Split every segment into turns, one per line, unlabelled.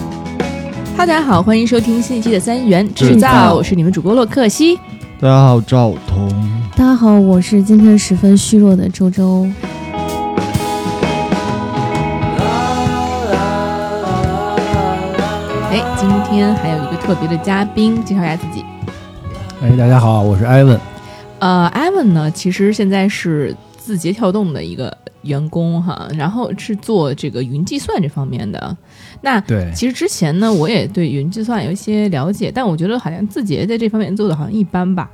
哈喽，大家好，欢迎收听新一期的三元制
制
造，
造
我是你们主播洛克西。
大家好，赵彤。
大家好，我是今天十分虚弱的周周。
哎，今天还有一个特别的嘉宾，介绍一下自己。
哎，大家好，我是艾文。
呃，艾文呢，其实现在是字节跳动的一个员工哈，然后是做这个云计算这方面的。那
对，
其实之前呢，我也对云计算有一些了解，但我觉得好像字节在这方面做的好像一般吧。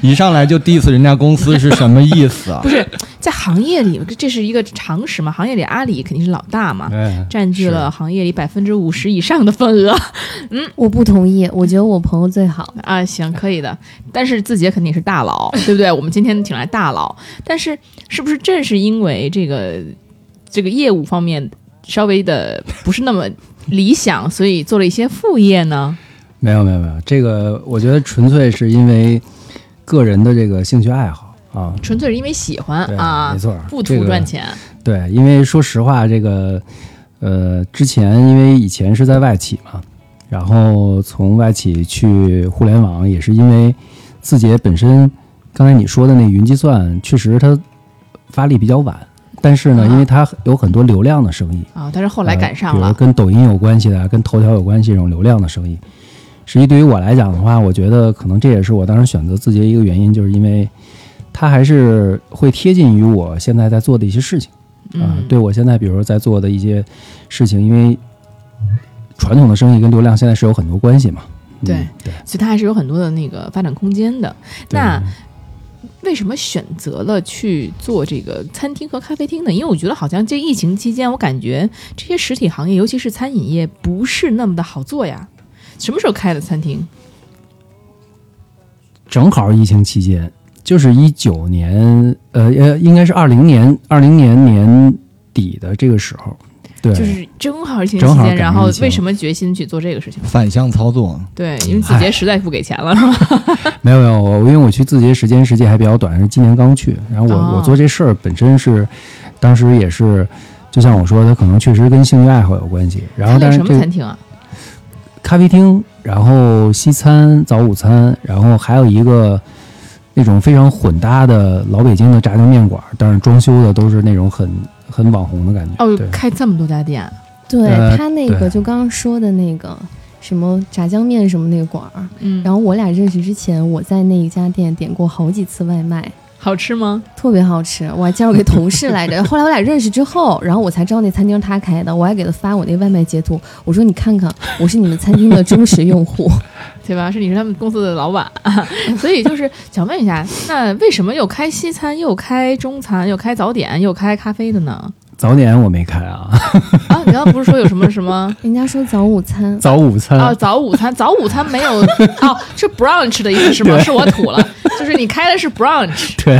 一上来就 diss 人家公司是什么意思啊
不？是在行业里，这是一个常识嘛？行业里阿里肯定是老大嘛，
哎，
占据了行业里百分之五十以上的份额
我不同意，我觉得我朋友最好。
啊，行，可以的。但是字节肯定是大佬，对不对？我们今天请来大佬，但是是不是正是因为这个这个业务方面稍微的不是那么理想，所以做了一些副业呢？
没有没有没有，这个我觉得纯粹是因为个人的这个兴趣爱好啊。
纯粹是因为喜欢
对，
啊
没，错，
不
这
图
个
赚钱。
对，因为说实话，这个呃，之前因为以前是在外企嘛，然后从外企去互联网，也是因为字节本身，刚才你说的那云计算，确实它发力比较晚，但是呢，
啊
因为它有很多流量的生意，
啊、但是后来
呃
赶上
比
了
如，跟抖音有关系的，跟头条有关系这种流量的生意。实际对于我来讲的话，我觉得可能这也是我当时选择字节一个原因，就是因为它还是会贴近于我现在在做的一些事情啊、
嗯，
对我现在比如说在做的一些事情，因为传统的生意跟流量现在是有很多关系嘛。嗯
对
对，
所以它还是有很多的那个发展空间的。
对
那为什么选择了去做这个餐厅和咖啡厅呢？因为我觉得好像这疫情期间，我感觉这些实体行业，尤其是餐饮业，不是那么的好做呀。什么时候开的餐厅？
正好疫情期间，就是一九年，呃呃，应该是二零年，二零年年底的这个时候，对，
就是正好疫情
正
期
好赶
间，
上
然后
疫情
为什么决心去做这个事情？
反向操作，
对，因为
哎
字节实在不给钱了，是吧？
没有没有，我因为我去字节时间时间还比较短，是今年刚去。然后我、
哦
我做这事儿本身是，当时也是，就像我说，它可能确实跟兴趣爱好有关系。 然后
开
但
了
是
什么
这
餐厅啊？
咖啡厅，然后西餐、早午餐，然后还有一个那种非常混搭的老北京的炸酱面馆，但是装修的都是那种很很网红的感觉。
哦
对，
开这么多家店，啊
对、
呃
他那个，
对
就刚刚说的那个什么炸酱面什么那个馆儿，
嗯，
然
后
后我俩认识之前，我在那一家店点过好几次外卖，
好吃吗？
特别好吃，我还介绍给同事来 着。后来我俩认识之后，然后我才知道那餐厅是他开的，我还给他发我那外卖截图，我说你看看，我是你们餐厅的忠实用户。
对吧？是你是他们公司的老板， 所以就是想问一下，那为什么又开西餐，又开中餐，又开早点，又开咖啡的呢？
早点我没开啊，
啊，你刚刚不是说有什么什么？
人家说早午餐，
早午餐、
哦，早午餐，早午餐没有哦，是 brunch 的意思是吗？
对
是我土了，就是你开的是 brunch。
对。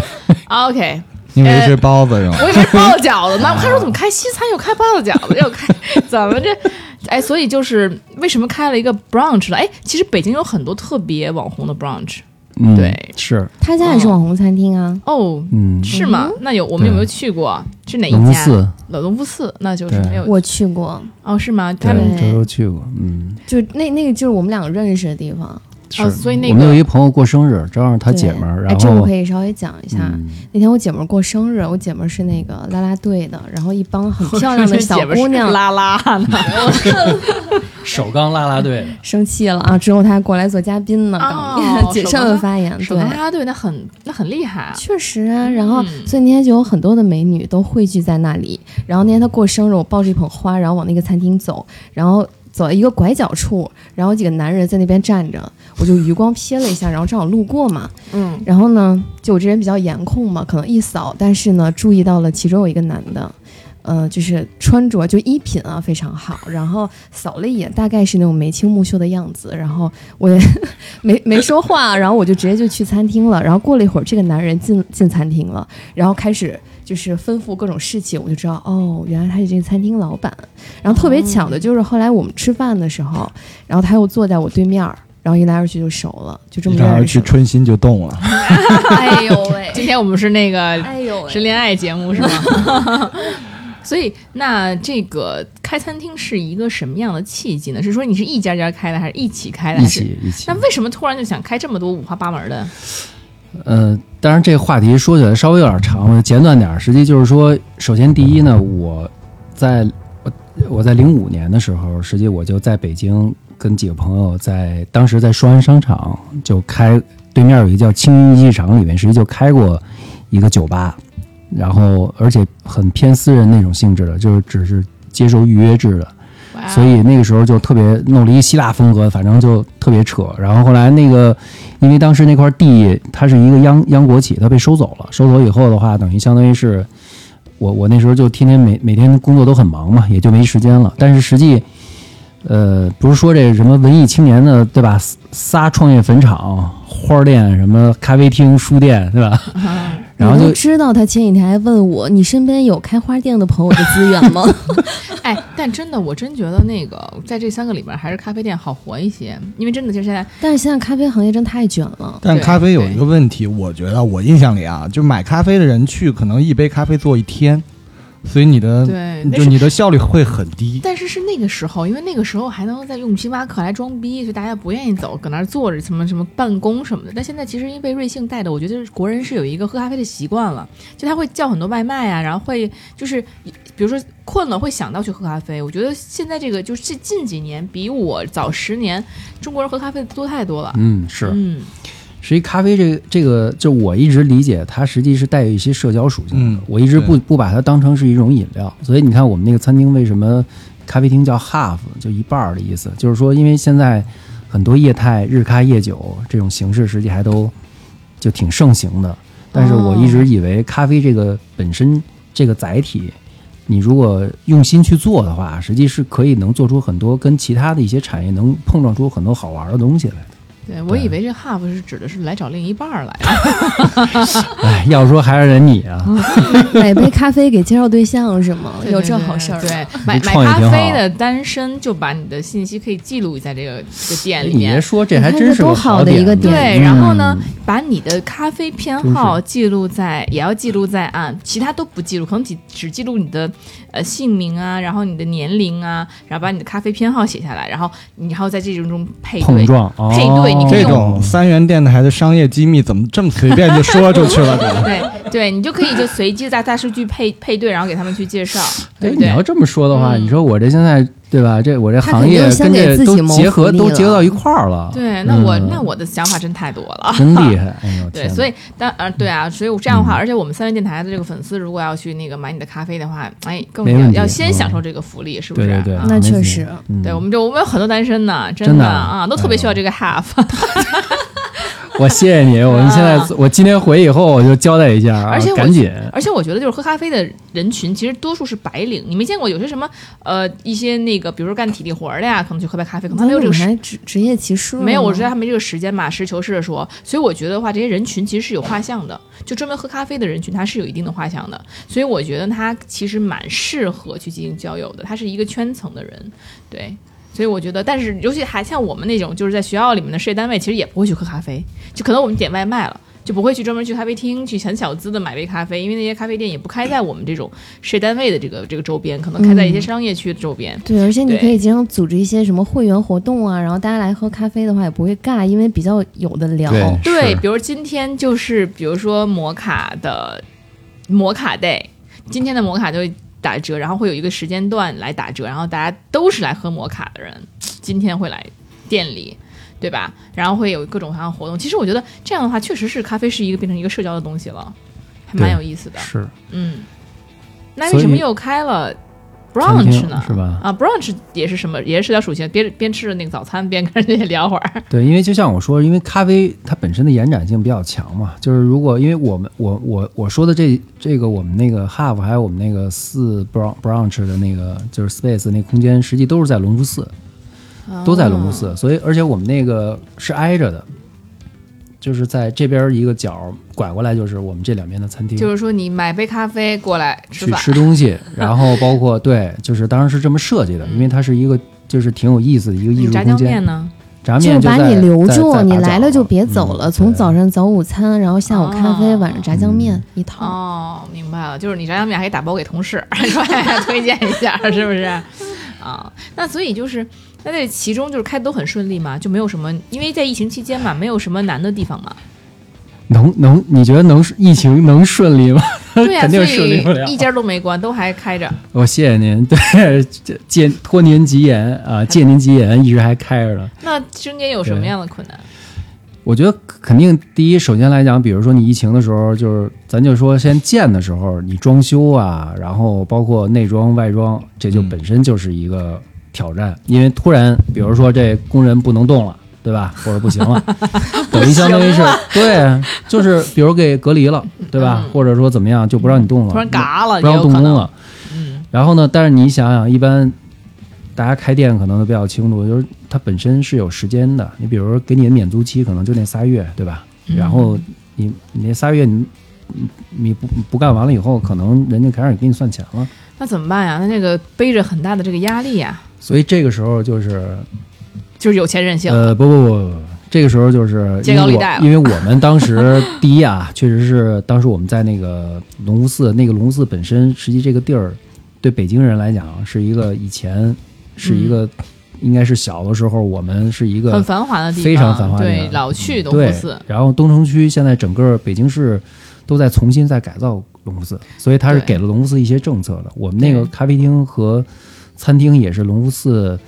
啊 OK，
因为是包子肉。
我以为是包子饺子呢。他说怎么开西餐又开包子饺子又开， 怎么这？哎，所以就是为什么开了一个 brunch 呢？哎，其实北京有很多特别网红的 brunch
嗯，
对
是，
他家也是网红餐厅啊。
哦，
嗯，
是吗？那有我们
对
有没有去过？是哪一
农夫
家？
寺，
老农夫寺，那就是
对
没有
我去过，
哦，是吗？他们
对
对，周周去过，嗯。
就那那个就是我们两个认识的地方。
哦，所以那
我们有
个
一个朋友过生日，正好是他姐们儿，
对
然
哎，这我
后
可以稍啊微讲一下。
嗯，
那天我姐们儿过生日，我姐们儿是那个啦啦队的，然后一帮 很漂亮的小姑娘，
拉拉呢，
首钢啦啦队，
生气了啊！之后她还过来做嘉宾呢，
哦
谨慎的发言，
手
对
拉，拉队啊那很那很厉害啊。
确实啊。然后，
嗯
所以那天就有很多的美女都汇聚在那里。然后那天她过生日，我抱着一捧花，然后往那个餐厅走，然后。走到一个拐角处，然后几个男人在那边站着，我就余光瞥了一下，然后正好路过嘛，
嗯，
然后呢，就我这人比较颜控嘛，可能一扫，但是呢，注意到了其中有一个男的，呃，就是穿着就衣品啊非常好，然后扫了一眼，大概是那种眉清目秀的样子，然后我也 没没说话，然后我就直接就去餐厅了。然后过了一会儿，这个男人进进餐厅了，然后开始就是吩咐各种事情，我就知道哦，原来他是这个餐厅老板。然后特别巧的就是后来我们吃饭的时候，然后他又坐在我对面儿。然后一来二去就熟了，就这么
一
认
上
识
而去，
了
春心就动了。
哎呦喂！
今天我们是那个
哎呦
是恋爱节目是吗？所以那这个开开餐厅是一个什么样的契机呢？是说你是一家家开的，还是一起开的？
一
还是
起一起
那。为什么突然就想开这么多五花八门的？
呃，当然这个话题说起来稍微有点长，我简短点儿。实际就是说，首先第一呢，我在我我在零五年的时候，实际我就在北京跟几个朋友在当时在双安商场就开对面有一个叫青衣机场里面，实际就开过一个酒吧，然后而且很偏私人那种性质的，就是只是接受预约制的。
哇
所以那个时候就特别弄了一希腊风格，反正就特别扯。然后后来那个，因为当时那块地它是一个央央国企，它被收走了。收走以后的话，等于相当于是我我那时候就天天每每天工作都很忙嘛，也就没时间了。但是实际，呃，不是说这什么文艺青年的对吧？仨仨创业坟场、花店、什么咖啡厅、书店对吧？然后
我都
就
知道他前几天还问我，你身边有开花店的朋友的资源 吗？
哎，但真的，我真觉得那个在这三个里面，还是咖啡店好活一些，因为真的就是现在
但是现在咖啡行业真太卷了，
但
对
咖啡有
对
一个问题，我觉得我印象里啊，就买咖啡的人去，可能一杯咖啡做一天，所以你
嗯
的
对，但
就是你的效率会很低。
但是是那个时候，因为那个时候还能在用星巴克来装逼，所以大家不愿意走，搁那儿坐着什么什么办公什么的。但现在其实因为被瑞幸带的，我觉得国人是有一个喝咖啡的习惯了，就他会叫很多外卖啊，然后会就是比如说困了会想到去喝咖啡。我觉得现在这个就是近近几年比我早十年，中国人喝咖啡多太多了。
嗯是
嗯，
实际咖啡这个这个，就我一直理解它实际是带有一些社交属性的。
嗯
我一直不
对
不把它当成是一种饮料，所以你看我们那个餐厅为什么咖啡厅叫 half 就一半儿的意思，就是说因为现在很多业态日咖夜酒这种形式实际还都就挺盛行的，但是我一直以为咖啡这个本身这个载体。你如果用心去做的话，实际是可以能做出很多跟其他的一些产业能碰撞出很多好玩的东西来。
对我以为这 half 是指的是来找另一半儿来的。
哎，要说还是人你啊，
买杯咖啡给介绍对象是吗？
对
啊有
对
这
对
好事儿吗？
对，买买
创意
咖
挺
啡
好啊
的单身就把你的信息可以记录在这个这个店里
哎你别
面。
说，这
你
还
看
真
这
是
多
个
好
好
的一
点
个嗯
子
点
对，然后呢，把你的咖啡偏好记录在，也要记录在案，其他都不记录，可能只只记录你的呃姓名啊，然后你的年龄啊，然后把你的咖啡偏好写下来，然后你然后在这种中配
碰
对。
撞哦
配对你可以
这
用
种三元电台的商业机密怎么这么随便就说出去了 呢？
对对，你就可以就随机在大数据配配对，然后给他们去介绍，对
哎，
不
你
对
要？这么说的话，
嗯
你说我这现在对吧？这我这行业
他肯定是
跟
先
这
给自己
都
谋
结合，
福利
都结合
了
到一块儿了。
对，那我
嗯
那我的想法真太多了。
真 厉害！哎呦，
对，所
以
以当呃对啊，所以我这样的话，
嗯
而且我们三位电台的这个粉丝，如果要去那个买你的咖啡的话，哎，更
没问
要
题嗯
要先享受这个福利，是不是？
对对对
啊
那
没
确
劲
实，
对我们就我们有很多单身呢，
嗯真的
啊，都特别需要这个 half。
我谢谢你。我们现在
啊
我今天回以后我就交代一下啊，
而且我
赶紧
而且我觉得就是喝咖啡的人群，其实多数是白领，你没见过有些什么呃一些那个，比如说干体力活儿的呀，可能去喝杯咖啡，可能他没有这个
你
时。
还职职业歧视了吗？
没有，我觉得他没这个时间嘛，实事求是的说。所以我觉得的话，这些人群其实是有画像的，就专门喝咖啡的人群，他是有一定的画像的。所以我觉得他其实蛮适合去进行交友的，他是一个圈层的人，对。所以我觉得，但是尤其还像我们那种，就是在学校里面的事业单位，其实也不会去喝咖啡，就可能我们点外卖了。就不会去专门去咖啡厅去很小资的买杯咖啡，因为那些咖啡店也不开在我们这种事业单位的这个这个周边，可能开在一些
嗯
商业区的周边。
对，而且你
对
可以经常组织一些什么会员活动啊，然后大家来喝咖啡的话也不会尬，因为比较有的聊。
对
对，
是
比如今天就是，比如说摩卡的摩卡 day，今天的摩卡就会打折，然后会有一个时间段来打折，然后大家都是来喝摩卡的人，今天会来店里。对吧？然后会有各种各样的活动。其实我觉得这样的话，确实是咖啡是一个变成一个社交的东西了，还蛮
对
有意思的。
是
嗯，那
所
为
以
什么又开了
餐
brunch
厅
呢？
是吧？
啊，brunch 也是什么？也是社交属性，边边吃着那个早餐，边跟人家聊会儿。
对，因为就像我说，因为咖啡它本身的延展性比较强嘛，就是如果因为我们我我我说的这这个我们那个 half 还有我们那个四 brown branch 的那个就是 space 那空间，实际都是在龙珠寺，都在龙珠
哦
寺，所以而且我们那个是挨着的，就是在这边一个角拐过来就是我们这两边的餐厅，
就是说你买杯咖啡过来吃
嗯去
饭，
吃 东西，然后包括对，就是当然是这么设计的，因为它是一个就是挺有意思的一个艺
你
术
炸
空
酱
间
面，呢？
炸
就
面
是把
在
你留
在
住，
在
你
八
来
角
了就别走
嗯
了。从
对
早上早午餐，然后下午咖啡，
哦
晚上炸酱面一 套。
哦，明白了，就是你炸酱面还可以打包给同事，说哎推荐一下，是不是？啊，那所以就是那在其中就是开的都很顺利嘛，就没有什么，因为在疫情期间嘛，没有什么难的地 方嘛。
能能，你觉得能疫情能顺利吗？
对呀、
肯
所
定顺利不
以
了
一。家都没关，都还开着。
我谢谢您，对，这借托您吉言啊，借您吉言，一直还开着呢。
那中间有什么样的困难？
我觉得肯定，第一，首先来讲，比如说你疫情的时候，就是咱就说先建的时候，你装修啊，然后包括内装、外装，这就
嗯
本身就是一个挑战，因为突然，比如说这工人不能动了，对吧？或者不行 了，等于相当于是对，就是比如给隔离了，对吧？或者说怎么样，就不让你动了，
突然嘎了，
嗯不
也
让
有
动
可
工
能。
了。
嗯，
然后呢，但是你想想，一般大家开店可能都比较清楚，就是它本身是有时间的。你比如说给你的免租期可能就那仨月，对吧？
嗯
然后你你那仨月你你你不不干完了以后，可能人家开始给你算钱了。
那怎么办呀？那这个背着很大的这个压力呀，
所以这个时候就是
就是有钱任性。
呃，不不不不，这个时候就是
借
因
高利
为
贷
我
了
因为我们 当时第一啊，确实是当时我们在那个龙湖寺，那个龙湖寺本身实际这个地儿对北京人来讲啊是一个以前是一个、应该是小的时候我们是一
嗯很
个
繁华的地方，
呃非常繁华的地
对，
方
老去东湖
对
寺，，
然后东城区现在整个北京市都在重新在改造龙湖寺，所以它是
对
给了龙湖寺一些政策的。我们那个
对
咖啡厅和餐厅也是龙湖寺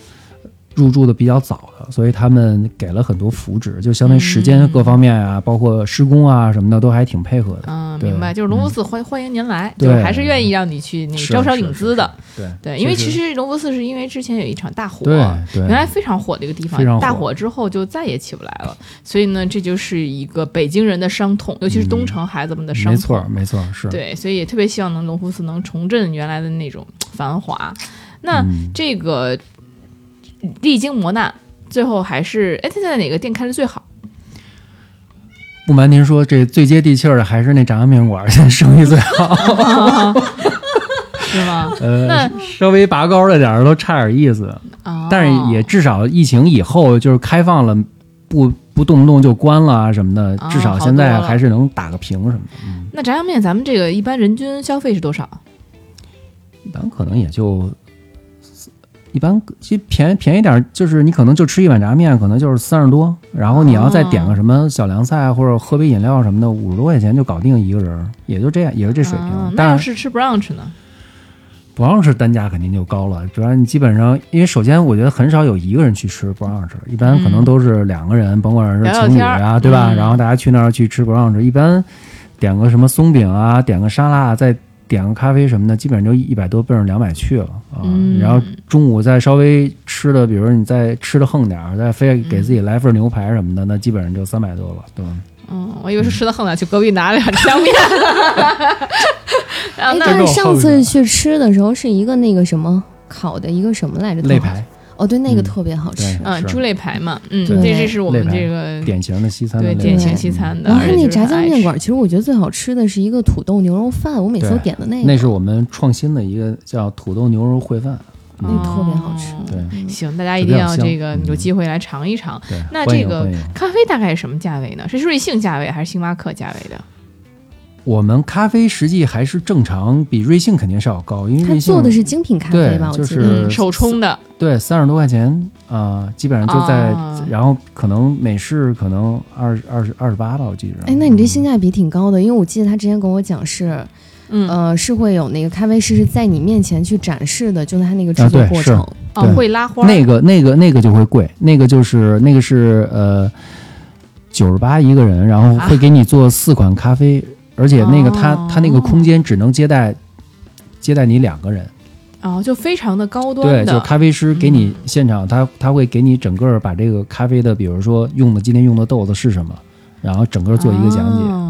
入驻的比较早的，所以他们给了很多福祉，就相当于时间
嗯
各方面啊，包括施工啊什么的，都还挺配合的。
嗯，
对
明白，就是龙福寺欢欢迎您来，就
对
是还是愿意让你去那个
是
招商
是
引
是
资的，
对
对，因为其
实
实龙福寺是因为之前有一场大火，
对对
原来非常火的一个地方
非常，火
大火之后就再也起不来了，所以呢，这就是一个北京人的伤痛，尤其是东城孩子们的伤
嗯没
痛，
错没错是。
对，所以也特别希望能龙福寺能重振原来的那种繁华。那、
嗯
这个历经磨难，最后还是哎，他在哪个店开的最好？
不瞒您说，这最接地气儿的还是那炸酱面馆儿，现在生意最好。
是吗？
呃
那，
稍微拔高了点儿都差点意思。
啊，
但是也至少疫情以后就是开放了，不不动不动就关了啊什么的
啊，
至少
好
现在
多了
还是能打个平什么的。
那炸酱面，咱们这个一般人均消费是多少？
一般可能也就，一般其实便宜便宜点儿，就是你可能就吃一碗炸面，可能就是三十多，然后你要再点个什么小凉菜或者喝杯饮料什么的，五十多块钱就搞定一个人儿，也就这样，也是这水平。
啊那要
但是
是吃 brunch 呢？
brunch 单价肯定就高了，主要你基本上，因为首先我觉得很少有一个人去吃 brunch，一般可能都是两个人，甭管是
聊聊
情侣
天儿
啊，对吧？
嗯
然后大家去那儿去吃 brunch，一般点个什么松饼啊，点个沙拉，再点个咖啡什么的，基本上就一百多奔着两百去了啊。
嗯
然后中午再稍微吃的，比如说你再吃的横点儿，再非给自己来份牛排什么的，那基本上就三百多了，对吧？
嗯，我以为是吃的横了，去隔壁拿了两张 面。然
哎
后，那
但
这
是
种
上
后
次
面
去吃的时候是一个那个什么烤的一个什么来着？特
肋
好
排，
哦，对，那个
嗯
特别好吃。
对
嗯，
是
猪肋排嘛，嗯，
对
这这是我们
肋排
这个
典型的西餐的嗯
对
类
典型
型
西餐的，
然后
而且
那
就是
炸酱
爱
面
吃
馆，其实我觉得最好吃的是一个土豆牛肉饭，我每次都
对
点的那个，
那是我们创新的一个叫土豆牛肉烩饭，
那个特别好吃。
哦
对
嗯
行，大家一定要
是比较香
这个有
嗯
机会来尝一尝。
对，
那
欢
这
迎
个
欢迎
咖啡大概是什么价位呢？是瑞幸价位还是星巴克价位的？
我们咖啡实际还是正常，比瑞幸肯定是要高，因为
它
瑞幸
做的是精品咖啡
对
吧？我
就
记
是
得。
嗯，手冲的，
对三十多块钱啊、呃基本上就在，
啊
然后可能美式可能二二十二十八吧，我记着。
哎，那你这性价比挺高的，因为我记得他之前跟我讲是，
嗯，
呃，是会有那个咖啡师是在你面前去展示的，就是他那个制作
对
过
是
程。
哦，
对
会拉花儿，
那个那个那个就会贵，那个就是那个是呃九十八一个人，然后会给你做四款咖啡，而且那个他
哦
他那个空间只能接待接待你两个人。
哦，就非常的高端
对，
的，嗯
就咖啡师给你现场，他他会给你整个把这个咖啡的，比如说用的今天用的豆子是什么，然后整个做一个讲解。
哦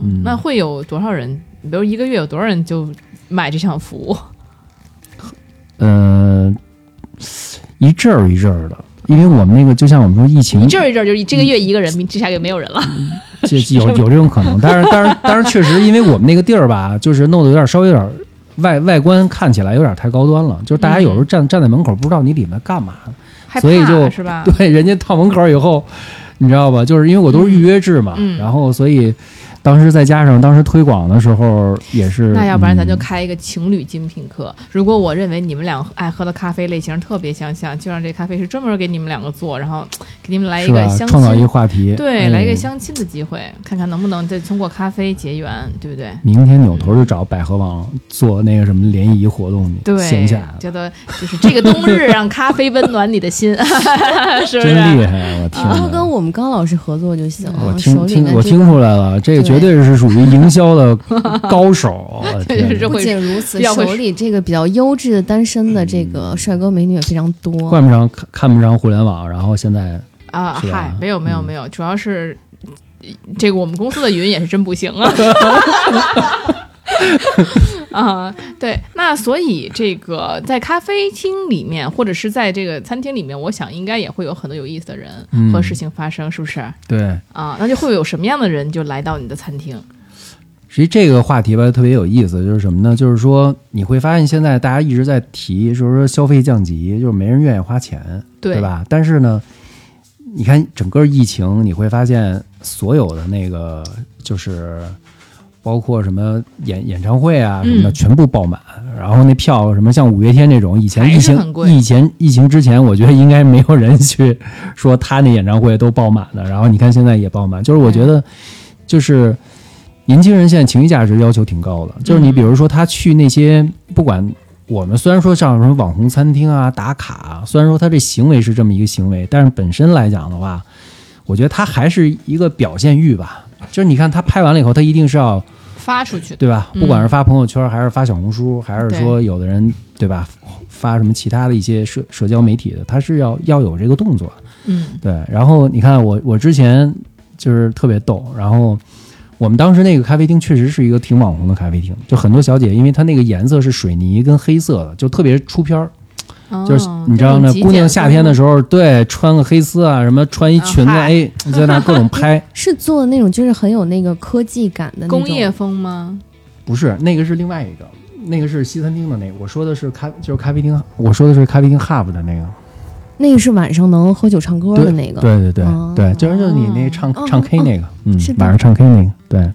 嗯
那会有多少人？比如一个月有多少人就买这项服务？
嗯、一阵儿一阵儿的，因为我们那个就像我们说疫情，
一阵儿一阵儿，就是这个月一个人，明这下月没有人
嗯
了。
这有有这种可能，但是但是但是确实，因为我们那个地儿吧，就是弄得有点稍微有点外外观看起来有点太高端了，就是
嗯
大家有时候站、站在门口不知道你里面干嘛，
害怕
所以就是
吧？
对，人家到门口以后，你知道吧？就是因为我都是预约制嘛，
嗯嗯嗯
然后所以当时再加上当时推广的时候也是，
那要不然咱就
嗯
开一个情侣精品课。如果我认为你们俩爱喝的咖啡类型特别相像，就让这咖啡是专门给你们两个做，然后给你们来一
是
个
吧
相
创造一
亲
个，话题，
对，
嗯
来一个。相亲的机会，看看能不能再通过咖啡结缘，对不对？
明天扭头就找百合网做那个什么联谊活动去，
对
线下，
觉得就是这个冬日让咖啡温暖你的心， 是不
真
是？
厉害啊！我天
多
哪！
跟我们高老师合作就行了。
我
手
听
里的
听我
这个
听出来了，这个绝对是属于营 销的高手。我
对
天
就是
哪
会
不仅如此，
比较会
手里这个比较优质的单身的这个帅哥美女也非常多
怪。不上看看不上互联网，然后现在
啊，
是吧
嗨，没有没有
嗯
没有，主要是这个我们公司的云也是真不行 啊。啊，对，那所以这个在咖啡厅里面，或者是在这个餐厅里面，我想应该也会有很多有意思的人
嗯
和事情发生，是不是？
对，
啊，那就会有什么样的人就来到你的餐厅？
实际这个话题吧特别有意思，就是什么呢？就是说你会发现现在大家一直在提，就是说消费降级，就是没人愿意花钱，
对
吧？但是呢，你看整个疫情，你会发现所有的那个就是。包括什么演演唱会啊什么的，
嗯
全部爆满。然后那票什么像五月天这种，以前
还
疫
是
情
很贵
疫情疫情之前，我觉得应该没有人去说他那演唱会都爆满了。然后你看现在也爆满，就是我觉
嗯
得就是年轻人现在情绪价值要求挺高的，就是你比如说他去那些不管。我们虽然说像什么网红餐厅啊、打卡啊，虽然说他这行为是这么一个行为，但是本身来讲的话，我觉得他还是一个表现欲吧。就是你看他拍完了以后，他一定是要
发出去，
对吧？
嗯
不管是发朋友圈，还是发小红书，还是说有的人对吧，发什么其他的一些社社交媒体的，他是要要有这个动作。
嗯
对，然后你看我我之前就是特别逗，然后我们当时那个咖啡厅确实是一个挺网红的咖啡厅，就很多小姐，因为它那个颜色是水泥跟黑色的，就特别出片儿。
哦
就是你知道
这
那
种极
姑娘
简
夏
风
天的时候，对，穿个黑丝啊，什么穿一裙子，
啊嗨
哎，在那 各种拍。
是做的那种，就是很有那个科技感的那种
工业风吗？
不是，那个是另外一个，那个是西餐厅的那个。我说的是咖，就是咖啡厅，我说的是咖啡厅 hub 的那个。
那个是晚上能喝酒唱歌的那个。
对对对、
哦
对，就是就是你那唱、唱
哦
K 那个，嗯
是，的
晚上唱 K 那个，对。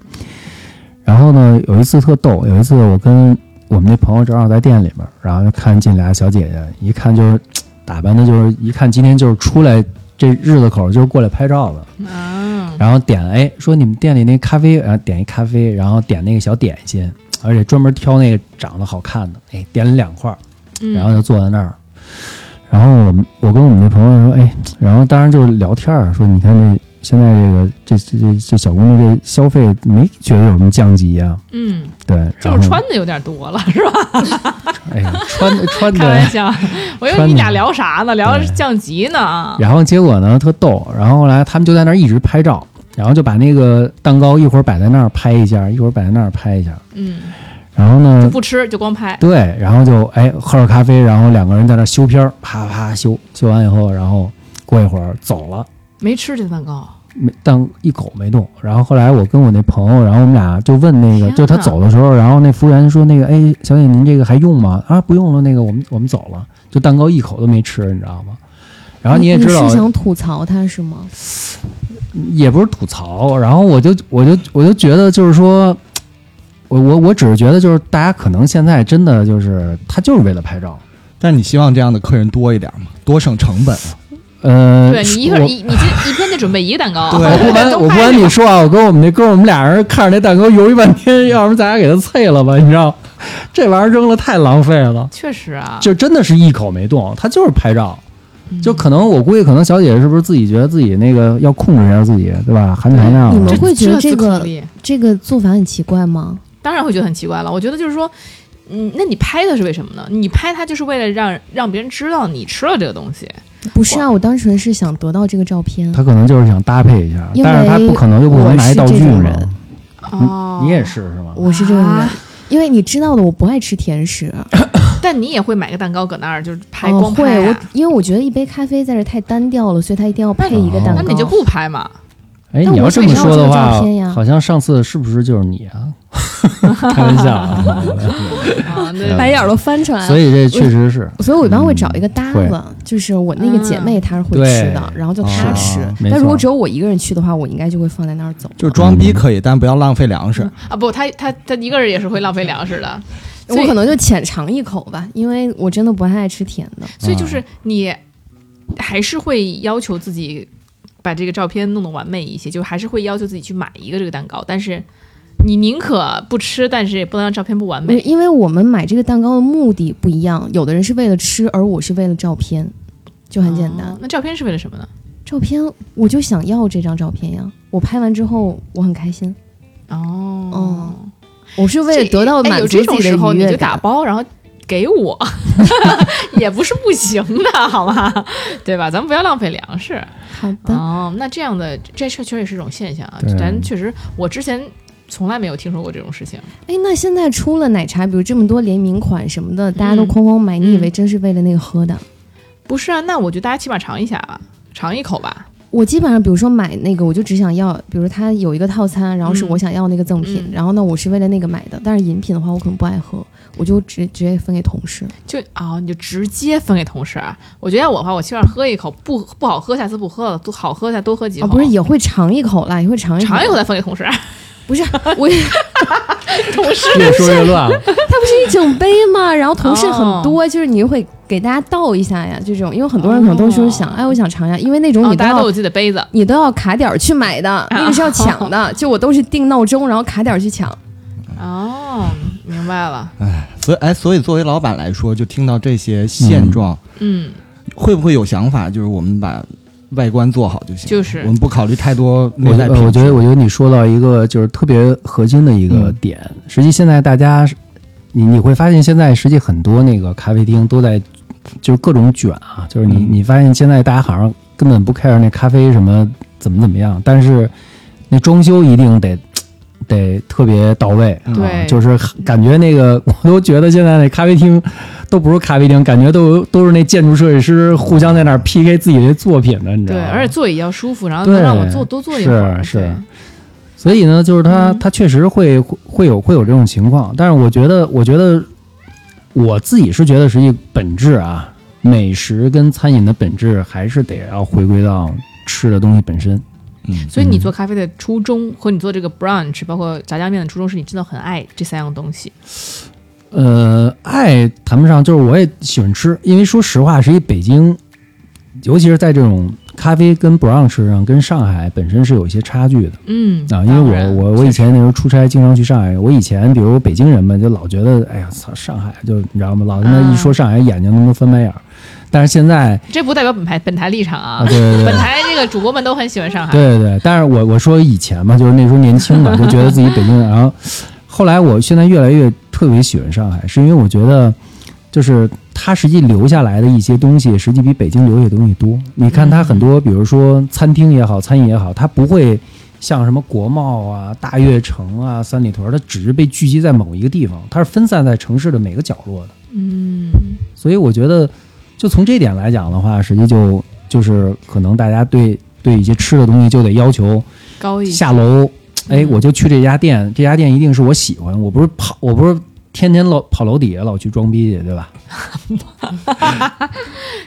然后呢，有一次特逗，有一次我跟我们那朋友正好在店里面，然后就看进俩小姐姐，一看就是打扮的，就是一看今天就是出来这日子口就是过来拍照的。
啊，
然后点哎说你们店里那咖啡，然后点一咖啡，然后点那个小点心，而且专门挑那个长得好看的，哎，点了两块儿，
嗯
然后就坐在那儿。然后我们我跟我们那朋友说，哎，然后当然就是聊天儿，说你看这现在这个这这这这小姑娘这消费没觉得有什么降级啊？
嗯，
对，然
就
后
是穿的有点多了，是吧？
哎呀穿 的穿
开
的
玩。笑，我以为你俩聊啥呢？聊降级呢啊！
然后结果呢，特逗。然后后来他们就在那儿一直拍照，然后就把那个蛋糕一会儿摆在那儿拍一下，一会儿摆在那儿拍一下。
嗯，
然后呢，
不吃就光拍，
对，然后就哎喝着咖啡，然后两个人在那儿修片儿，啪啪修，修完以后，然后过一会儿走了，
没吃这蛋糕。
没但一口没动。然后后来我跟我那朋友，然后我们俩就问那个，
天
就他
哪
走的时候，然后那服务员说那个哎小姐您这个还用吗？啊不用了，那个我们我们走了，就蛋糕一口都没吃，你知道吗？然后你也知道
你是，想吐槽他是吗？
也不是吐槽，然后我就我就我就觉得就是说，我我我只是觉得就是大家可能现在真的就是他就是为了拍照。
但你希望这样的客人多一点嘛，多省成本。啊
呃，
对你一会儿
我
一你这一天就准备一个蛋糕，
对
我不瞒我不瞒你说啊，我跟我们那哥们儿，我们俩人看着那蛋糕犹豫半天， 要不咱俩给它碎了吧？你知道，这玩意儿扔了太浪费了，
确实啊，
就真的是一口没动，他就是拍照。
嗯
就可能我估计，可能小姐姐是不是自己觉得自己那个要控制一下自己，对吧？啊含糖量
你们
这
我会觉得
这
这
自
个
控力
这个做法很奇怪吗？
当然会觉得很奇怪了。我觉得就是说，嗯，那你拍它是为什么呢？你拍它就是为了让让别人知道你吃了这个东西。
不是啊，我单纯是想得到这个照片。
她可能就是想搭配一下，
因为
但是她不可能又不能拿一道具
我是这
嘛。
种人
哦，
嗯你也，是是吗？
我是这种人，
啊
因为你知道的，我不爱吃甜食。
但你也会买个蛋糕搁那儿就是拍
哦
光拍
会，
啊
我因因为我觉得一杯咖啡在这太单调了，所以它一定要配
哦
一个蛋
那
糕。
你就不拍嘛？
哎，
但
你要
我
这
是
么
没有
说
这
的
个
话
照片呀，
好像上次是不是就是你啊？ 开玩笑 啊。
啊，
嗯
对，
白眼儿都翻出来
所
了。
以这确实是
所以我一般会找一个搭子，就是我那个姐妹她是会吃的
嗯，对
然后就她吃
哦。
没
但如果
错
只有我一个人去的话，我应该就会放在那儿走。
就是装逼可以，但不要浪费粮食。
啊不，他他他一个人也是会浪费粮食的，所以
我可能就浅尝一口吧，因为我真的不太爱吃甜的。
所以就是你还是会要求自己把这个照片弄得完美一些，就还是会要求自己去买一个这个蛋糕，但是你宁可不吃，但是也不能让照片不完
没有，
美。
因为我们买这个蛋糕的目的不一样，有的人是为了吃，而我是为了照片，就很简单。
哦那照片是为了什么呢？
照片我就想要这张照片呀，我拍完之后我很开心，
哦，
我是嗯为了
这
得到
哎
满
有
足
这
自
种
己
时候
的愉
你
悦
就打
感。
包，然后给我， 也不是不行的，好吗？对吧？咱 们不要浪费粮食。
好的，
哦，那这样的这确确实是一种现象啊
对，
咱确实我之前从来没有听说过这种事情。
哎，那现在出了奶茶，比如这么多联名款什么的，大家都
嗯
哐哐买，你以
嗯
为真是为了那个喝的？
不是啊，那我觉得大家起码尝一下吧，尝一口吧。
我基本上，比如说买那个，我就只想要，比如它有一个套餐，然后是我想要那个赠品，
嗯嗯
然后呢，我是为了那个买的。但是饮品的话，我可能不爱喝，我就直直接分给同事。
就啊、你就直接分给同事啊。我觉得要我的话，我起码喝一口，不不好喝，下次不喝了；多好喝下多喝几口。
哦
啊，不是也会尝一口啦，也会尝一口。
尝一口再分给同事，啊
不是 我，
越说越乱了。
它不是一整杯吗？然后同事很
哦
多，就是你会给大家倒一下呀，这种，因为很多人可能都是想，
哦
哎，我想尝一下，因为那种
哦，
你都
大家
要、
都有自己的杯子。啊
你都要卡点儿去买的，那个是要抢 的，就我都是定闹钟，然后卡点儿去抢。
嗯
哦，明白了。
所以，哎，所以作为老板来说，就听到这些现状，
嗯，
会不会有想法？就是我们把外观做好就行，
就是
我们呃不考虑太多
我
内
觉
在
得
品
我
质
觉得，我觉得你说到一个就是特别核心的一个
嗯
点。实际现在大家，你你会发现现在实际很多那个咖啡厅都在就是各种卷啊，就是你
嗯
你发现现在大家好像根本不 care 那咖啡什么怎么怎么样，但是那装修一定得。得特别到位，啊
嗯
对
就是感觉那个，我都觉得现在那咖啡厅都不是咖啡厅，感觉都有都是那建筑设计师互相在那儿 PK 自己的作品呢，你知道
对，
吗？
而且座椅要舒服，然后
对
能让我坐多坐一会儿。
是
对
是所以呢，就是他
嗯
他确实会会有会有这种情况，但是我觉得，我觉得我自己是觉得，实际本质啊，美食跟餐饮的本质还是得要回归到吃的东西本身。
嗯，
所以你做咖啡的初衷和你做这个 brunch，包括炸酱面的初衷，是你真的很爱这三样东西。
呃，爱谈不上，就是我也喜欢吃，因为说实话，实际北京，尤其是在这种咖啡跟 brunch 上，跟上海本身是有一些差距的。
嗯
啊，因为
当然
我我我
确
以
实
前那时候出差经常去上海，我以前比如北京人嘛，就老觉得哎呀操上海就你知道吗？老他妈
啊
一说上海眼睛都能翻白眼儿，但是现在
这不代表本台本台立场啊
啊，对对
本
对。
台这个主播们都很喜欢上海。
对对，但是我我说以前嘛，就是那时候年 轻嘛，就觉得自己北京人。然后后来我现在越来越特别喜欢上海，是因为我觉得就是它实际留下来的一些东西，实际比北京留下的东西多。你看它很多，比如说餐厅也好，餐饮也好，它不会像什么国贸啊、大悦城啊、三里屯，它只是被聚集在某一个地方，它是分散在城市的每个角落的。
嗯，
所以我觉得，就从这点来讲的话，实际就就是可能大家对对一些吃的东西就得要求。
高一
下楼，哎，
嗯
我就去这家店，这家店一定是我喜欢，我不是跑，我不是天天老跑楼底下老去装逼去，对吧？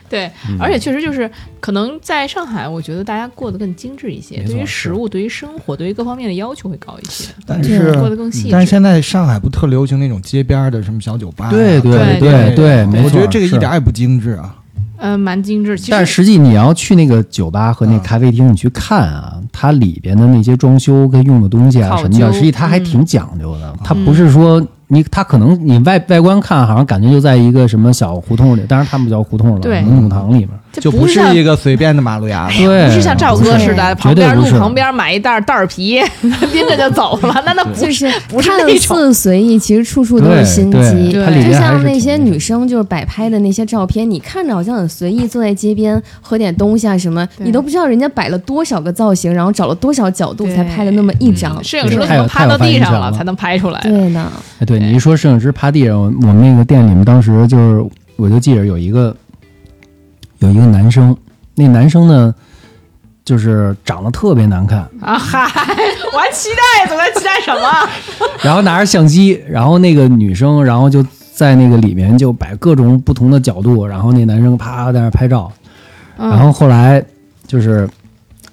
对，
嗯
而且确实就是可能在上海，我觉得大家过得更精致一些，
没错
对于
是
食物、对于生活、对于各方面的要求会高一些，
但
对
是
过得更细
但是
致。
现在上海不特流行那种街边儿的什么小酒吧啊、
对对
对
对对没
我觉得
错
这个
是
一点儿也不精致啊。
嗯，蛮精致。其
但
实
实际你要去那个酒吧和
嗯
那咖啡厅，你去看啊，它里边的那些装修跟用的东西啊
考究
什么的，实际它还
嗯
挺讲究的。它
嗯
不是说你，它可能你外外观看好像感觉就在一个什么小胡同里，当然他们不叫胡同了，
对
弄弄堂里面。
这
就不
不像
是一个随便的马路牙子。
对，
哎不是像赵哥
不是
似的，旁
绝对
边
不
路
是
旁边买一袋袋儿皮， 拎着就走了，那那不
就是是
不是那
看
种
似随意，其实处处都
对
是心机。
对
它里
就
面还
像
是
那
挺
些女生就是摆拍的那些照片，你看着好像很随意，坐在街边喝点东西啊什么，
对
你都不知道人家摆了多少个造型，然后找了多少角度
对
才拍了那么一张。
摄影师
对
都
太有
能
太
趴
有
到
发
地
言
上
权
了
了
才能拍出来。
对的，
哎，对，
对
你一说摄影师趴地上，我我们那个店里面当时就是，我就记着有一个有一个男生，那男生呢，就是长得特别难看，
啊嗨，我还期待，怎么期待什 么？
然后拿着相机，然后那个女生，然后就在那个里面就摆各种不同的角度，然后那男生啪在那拍照，
嗯
然后后来就是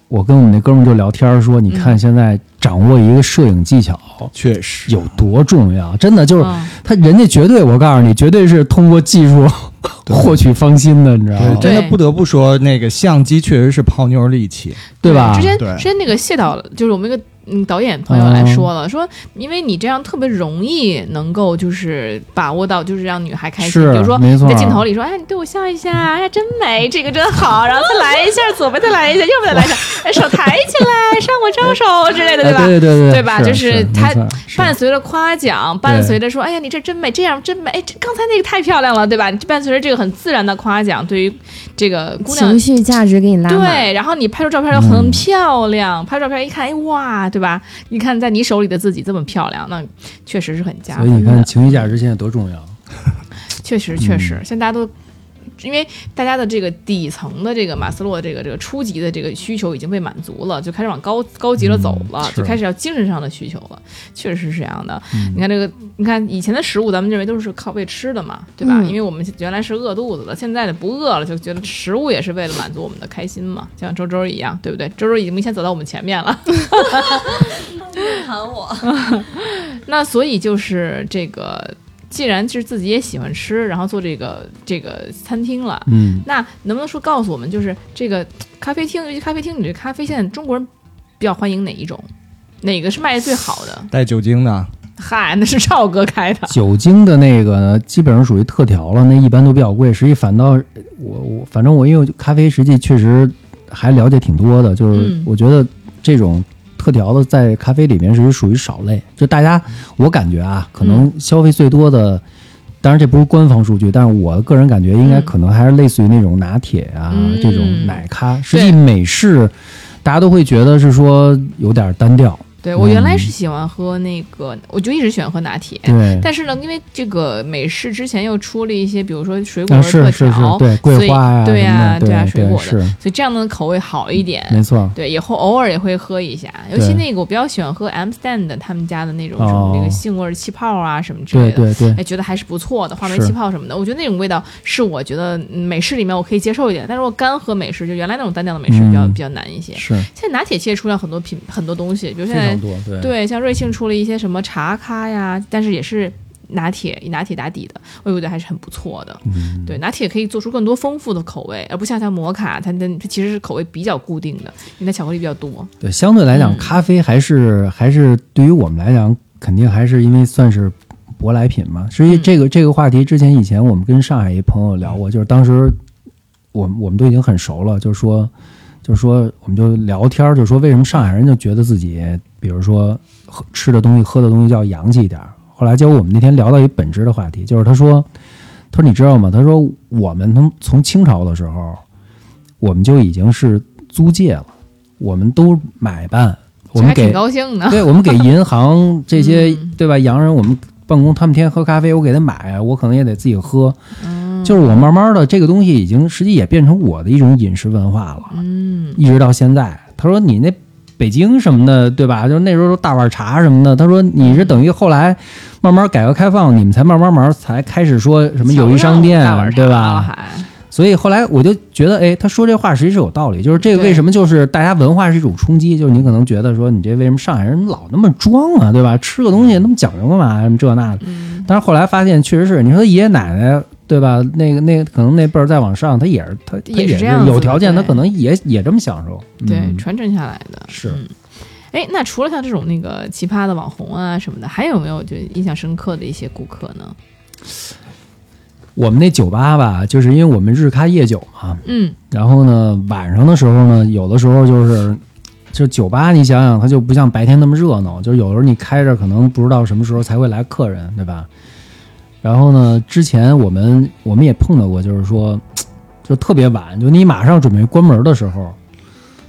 我跟我们那哥们儿就聊天儿说，你
嗯
看现在掌握一个摄影技巧
确实
有多重要，真的就是
嗯
他人家绝对，我告诉你，绝对是通过技术 获取芳心的，你知道吗
对，？真的
对
不得不说，那个相机确实是泡妞利器。
对吧
之？前
对
之前那个谢导，就是我们一个嗯导演朋友来说
哦
了，说因为你这样特别容易能够就是把握到，就是让女孩开心。
是
比如说
没错
你在镜头里说，哎，你对我笑一下，哎呀，真美，这个真好，然后再来一下，左边再来 一下，右边再来一下，哎手抬起来，向我招手之类的，
哎
吧？
对对对
对吧就是
是
他
没错是
伴随着夸奖，伴随着说：“哎呀，你这真美，这样真美，哎，这刚才那个太漂亮了，对吧？”你伴随着这个很自然的夸奖，对于这个姑娘
情绪价值给你拉满，
对，然后你拍出照片又很漂亮，拍照片一看，哎哇，对吧？你看在你手里的自己这么漂亮，那确实是很加
所以你
分
看
的，
情绪价值现在多重要。
确实确实，现在大家都。因为大家的这个底层的这个马斯洛的这个这个初级的这个需求已经被满足了，就开始往高高级了走了，
是
就开始要精神上的需求了，确实是这样的。你看这个，你看以前的食物，咱们认为都是靠为吃的嘛，对吧？
嗯
因为我们原来是饿肚子的，现在不饿了，就觉得食物也是为了满足我们的开心嘛，就像周周一样，对不对？周周已经明显走到我们前面了。
喊我。
那所以就是这个，既然是自己也喜欢吃，然后做这个这个餐厅了，
嗯，
那能不能说告诉我们，就是这个咖啡厅，尤其咖啡厅，你这咖啡现在中国人比较欢迎哪一种？哪个是卖的最好的？
带酒精的，
嗨，那是赵哥开 的。
酒精的那个呢，基本上属于特调了，那一般都比较贵。实际反倒我我反正我因为咖啡实际确实还了解挺多的，就是
嗯
我觉得这种特调的在咖啡里面是属于少类。就大家我感觉啊，可能消费最多的，当然这不是官方数据，但是我个人感觉应该
嗯
可能还是类似于那种拿铁啊、
嗯
这种奶咖。实
对
际美式大家都会觉得是说有点单调，
对我原来
嗯
是喜欢喝那个，我就一直喜欢喝拿铁。
对。
但是呢，因为这个美式之前又出了一些，比如说水果
啊，
的
是
特
是是
调，，
对，
所
桂
以
花呀什么的，
对呀对啊
对
呀水果的
是
所以这样的口味好一点。
没错，
对，以后偶尔也会喝一下，尤
对
其那个我比较喜欢喝 Amstel 的他们家的那种
哦
什么那个杏味儿气泡啊什么之类
对
的，
对对，
哎，觉得还是不错的，话梅
是
气泡什么的，我觉得那种味道是我觉得嗯美式里面我可以接受一点，但是我干喝美式，就原来那种单调的美式比较、
嗯
比较难一些。
是
现在拿铁其实出了很多品很多东西，比如
非
现在
常多，对
对像瑞幸出了一些什么茶咖呀，但是也是拿铁以拿铁打底的，我觉得还是很不错的。
嗯
对，拿铁可以做出更多丰富的口味，而不像像摩卡，它的它其实是口味比较固定的，因为它巧克力比较多。
对，相对来讲，
嗯
咖啡还是还是对于我们来讲，肯定还是因为算是舶来品嘛。所以
嗯
这个这个话题之前以前我们跟上海一朋友聊过，就是当时我们我们都已经很熟了，就是说就是说我们就聊天儿，就说为什么上海人就觉得自己，比如说喝吃的东西、喝的东西就要洋气一点儿。后来结果我们那天聊到一本质的话题，就是他说，他说你知道吗？他说我们从从清朝的时候，我们就已经是租借了，我们都买办，我
这
们
还挺
给
高兴的。
对，我们给银行这些、
嗯
对吧？洋人，我们办公，他们天天喝咖啡，我给他买，啊我可能也得自己喝。
嗯
就是我慢慢的，这个东西已经实际也变成我的一种饮食文化了，
嗯，
一直到现在。他说你那北京什么的，对吧？就那时候大碗茶什么的。他说你是等于后来慢慢改革开放，你们才慢慢慢慢才开始说什么友谊商店
大碗，茶
对
了
吧？
还
所以后来我就觉得，哎，他说这话实际是有道理，就是这个为什么就是大家文化是一种冲击，就是你可能觉得说你这为什么上海人老那么装啊，对吧？吃个东西那么讲究干嘛呀什么这那的，
嗯，
但是后来发现确实是，你说爷爷奶奶对吧？那个那个可能那辈儿再往上，他也是他他
也是
也
这
是
样子的
有条件，他
对
可能也也这么享受，
对，
嗯
传承下来的。
是
嗯哎，那除了像这种那个奇葩的网红啊什么的，还有没有就印象深刻的一些顾客呢？
我们那酒吧吧，就是因为我们日咖夜酒嘛，
嗯，
然后呢，晚上的时候呢，有的时候就是，就酒吧，你想想，它就不像白天那么热闹，就是有时候你开着，可能不知道什么时候才会来客人，对吧？然后呢，之前我们我们也碰到过，就是说，就特别晚，就你马上准备关门的时候，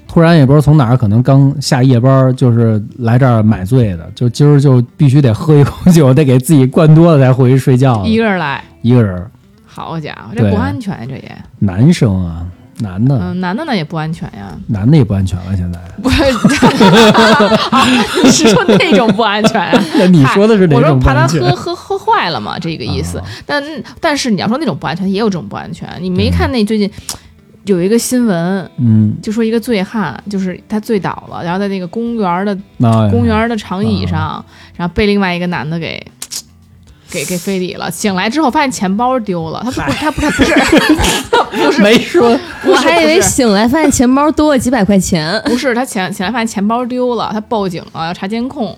突然也不知道从哪儿，可能刚下夜班，就是来这儿买醉的，就今儿就必须得喝一口酒，得给自己灌多了才回去睡觉的，
一个人来，
一个人儿，
好家伙，这
哦对
不安全，这也
男生啊，男的，
嗯，男的呢也不安全 呀，
男的也不安全了。现在，
不是， 你是说那种不安全啊？
那 你说的是哪
我说
种不
怕他
安全？
喝喝喝坏了嘛，这个意思。
啊
但但是你要说那种不安全，也有这种不安全。你没看那最近有一个新闻，
嗯，
就说一个醉汉，就是他醉倒了，然后在那个公园儿的
那
公园儿的长椅上，
嗯
然后被另外一个男的给。给给非礼了，醒来之后发现钱包丢了，他不他不他不是不是
没 说
不
我
是
还以
不
为
是
醒来发现钱包多了几百块钱，
不是，他前前来发现钱包丢了，他报警了，要查监控，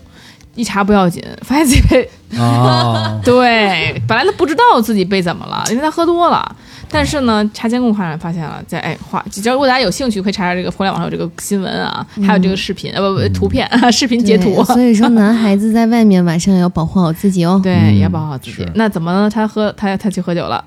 一查不要紧，发现自己被，
啊
对，本来他不知道自己被怎么了，因为他喝多了。但是呢，查监控发现发现了，在哎花，只要如果大家有兴趣，可以查查这个互联网上有这个新闻啊，还有这个视频呃不不图片 视频 截图
嗯对，所以说，男孩子在外面晚上也要保护好自己哦。
对，
嗯
也要保好自己
是。
那怎么呢？他喝他他去喝酒了，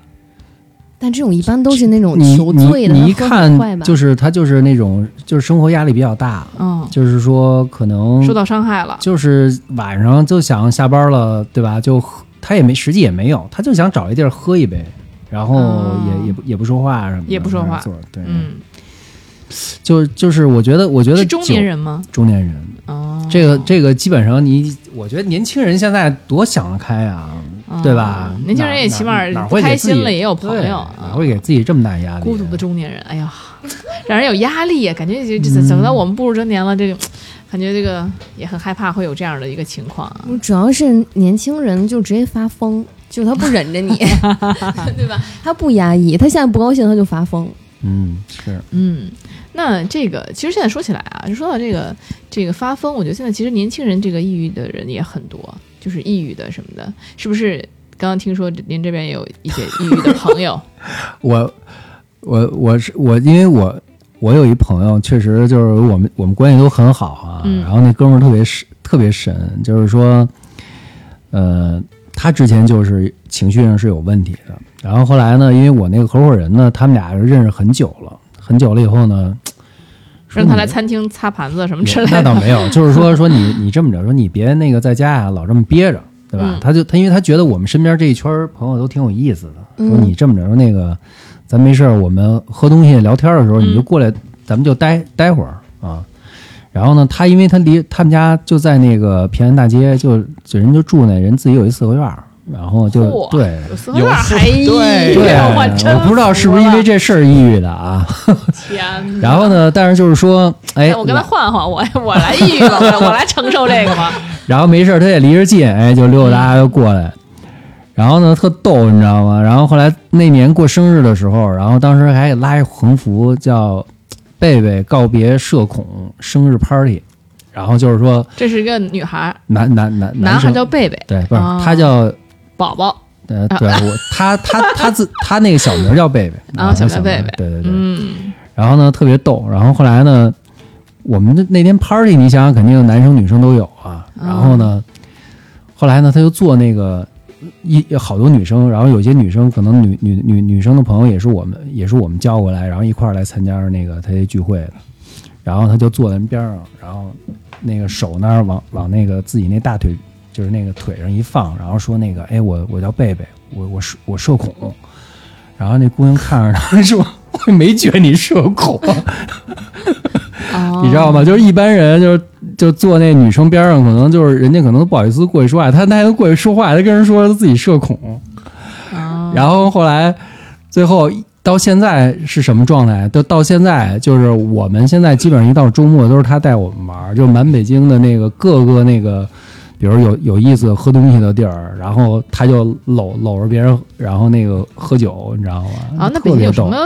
但这种一般都是那种
你
求醉
你
的，
你一
他喝很快
看
吧？
就是他就是那种就是生活压力比较大，
嗯，
就是说可能
受到伤害了，
就是晚上就想下班了，对吧？就喝他也没实际也没有，他就想找一地儿喝一杯，然后也、
哦
也不也不说话什么的，
也不说话
在那儿坐着对，
嗯，
就就是我觉得我觉得
是中年
酒
人吗？
中年人
哦，
这个这个基本上你，我觉得年轻人现在多想得开啊，
嗯
对吧？
年轻人
哪
也起码
哪哪
不
会
开
给自己
心了，也有朋
对
友
哪
啊，
会给自己这么大压力？
孤独的中年人，哎呀， 让人有压力呀，感觉就
嗯
就等到我们步入中年了，这种感觉这个也很害怕会有这样的一个情况啊。
主要是年轻人就直接发疯，就他不忍 着你， 对吧？他不压抑，他现在不高兴他就发疯。
嗯，是
嗯，那这个其实现在说起来啊，就说到这个这个发疯，我觉得现在其实年轻人这个抑郁的人也很多，就是抑郁的什么的，是不是？刚刚听说您这边也有一些抑郁的朋友，
我我我是我，因为我我有一朋友，确实就是我们我们关系都很好啊，
嗯
然后那哥们儿特别神特别神，就是说，呃，他之前就是情绪上是有问题的，然后后来呢，因为我那个合伙人呢，他们俩认识很久了，很久了以后呢。说
让他
你
来餐厅擦盘子什么 之
也
类
嗯那
的。
倒没有，就是说说你你这么着，说你别那个在家呀、老这么憋着，对吧？
嗯
他就他因为他觉得我们身边这一圈儿朋友都挺有意思的，说
嗯
你这么着说那个，咱没事儿我们喝东西聊天的时候你就
嗯
过来，咱们就待待会儿啊。然后呢，他因为他离他们家就在那个平安大街，就就人就住那人自己有一四合院儿，然后就
嚯
对。
有四合院儿还抑郁，
对
对，
我真
我不知道是不是因为这事儿抑郁的啊。
服了天哪
然后呢，但是就是说，哎，
哎，我跟他换换，我我来抑郁吧，我我来承受这个吧。
然后没事儿，他也离着近，哎，就溜达就过来。然后呢，特逗，你知道吗？然后后来那年过生日的时候，然后当时还给拉一横幅叫“贝贝告别社恐生日 party”，然后就是说
这是一个女孩儿，
男男男
男孩
生
叫贝贝，
对，不是、
哦
他叫
宝宝，
呃，对我他他他自他那个小名叫贝贝
啊
他
小
小
名贝
名
贝
对对对，
嗯，
然后呢特别逗，然后后来呢，我们那那天 party 你想想肯定男生女生都有啊，然后呢，后来呢他就做那个一好多女生，然后有些女生可能女女女女生的朋友也是我们也是我们叫过来，然后一块儿来参加那个他这聚会的，然后他就坐在人边上，然后那个手那儿往往那个自己那大腿就是那个腿上一放，然后说那个哎我我叫贝贝，我我社我社恐。然后那姑娘看着他 说：“我没觉得你社 恐，
哦
你知道吗？就是一般人就是就坐那女生边上，可能就是人家可能都不好意思过去说话，哎他他还能过去说话，他跟人说自己社恐。
哦
然后后来最后到现在是什么状态？就到现在就是我们现在基本上一到周末都是他带我们玩儿，就满北京的那个各个那个。”比如有有意思喝东西的地儿，然后他就搂搂着别人，然后那个喝酒，你知道吗？
啊，那北京
特别
有什
逗
么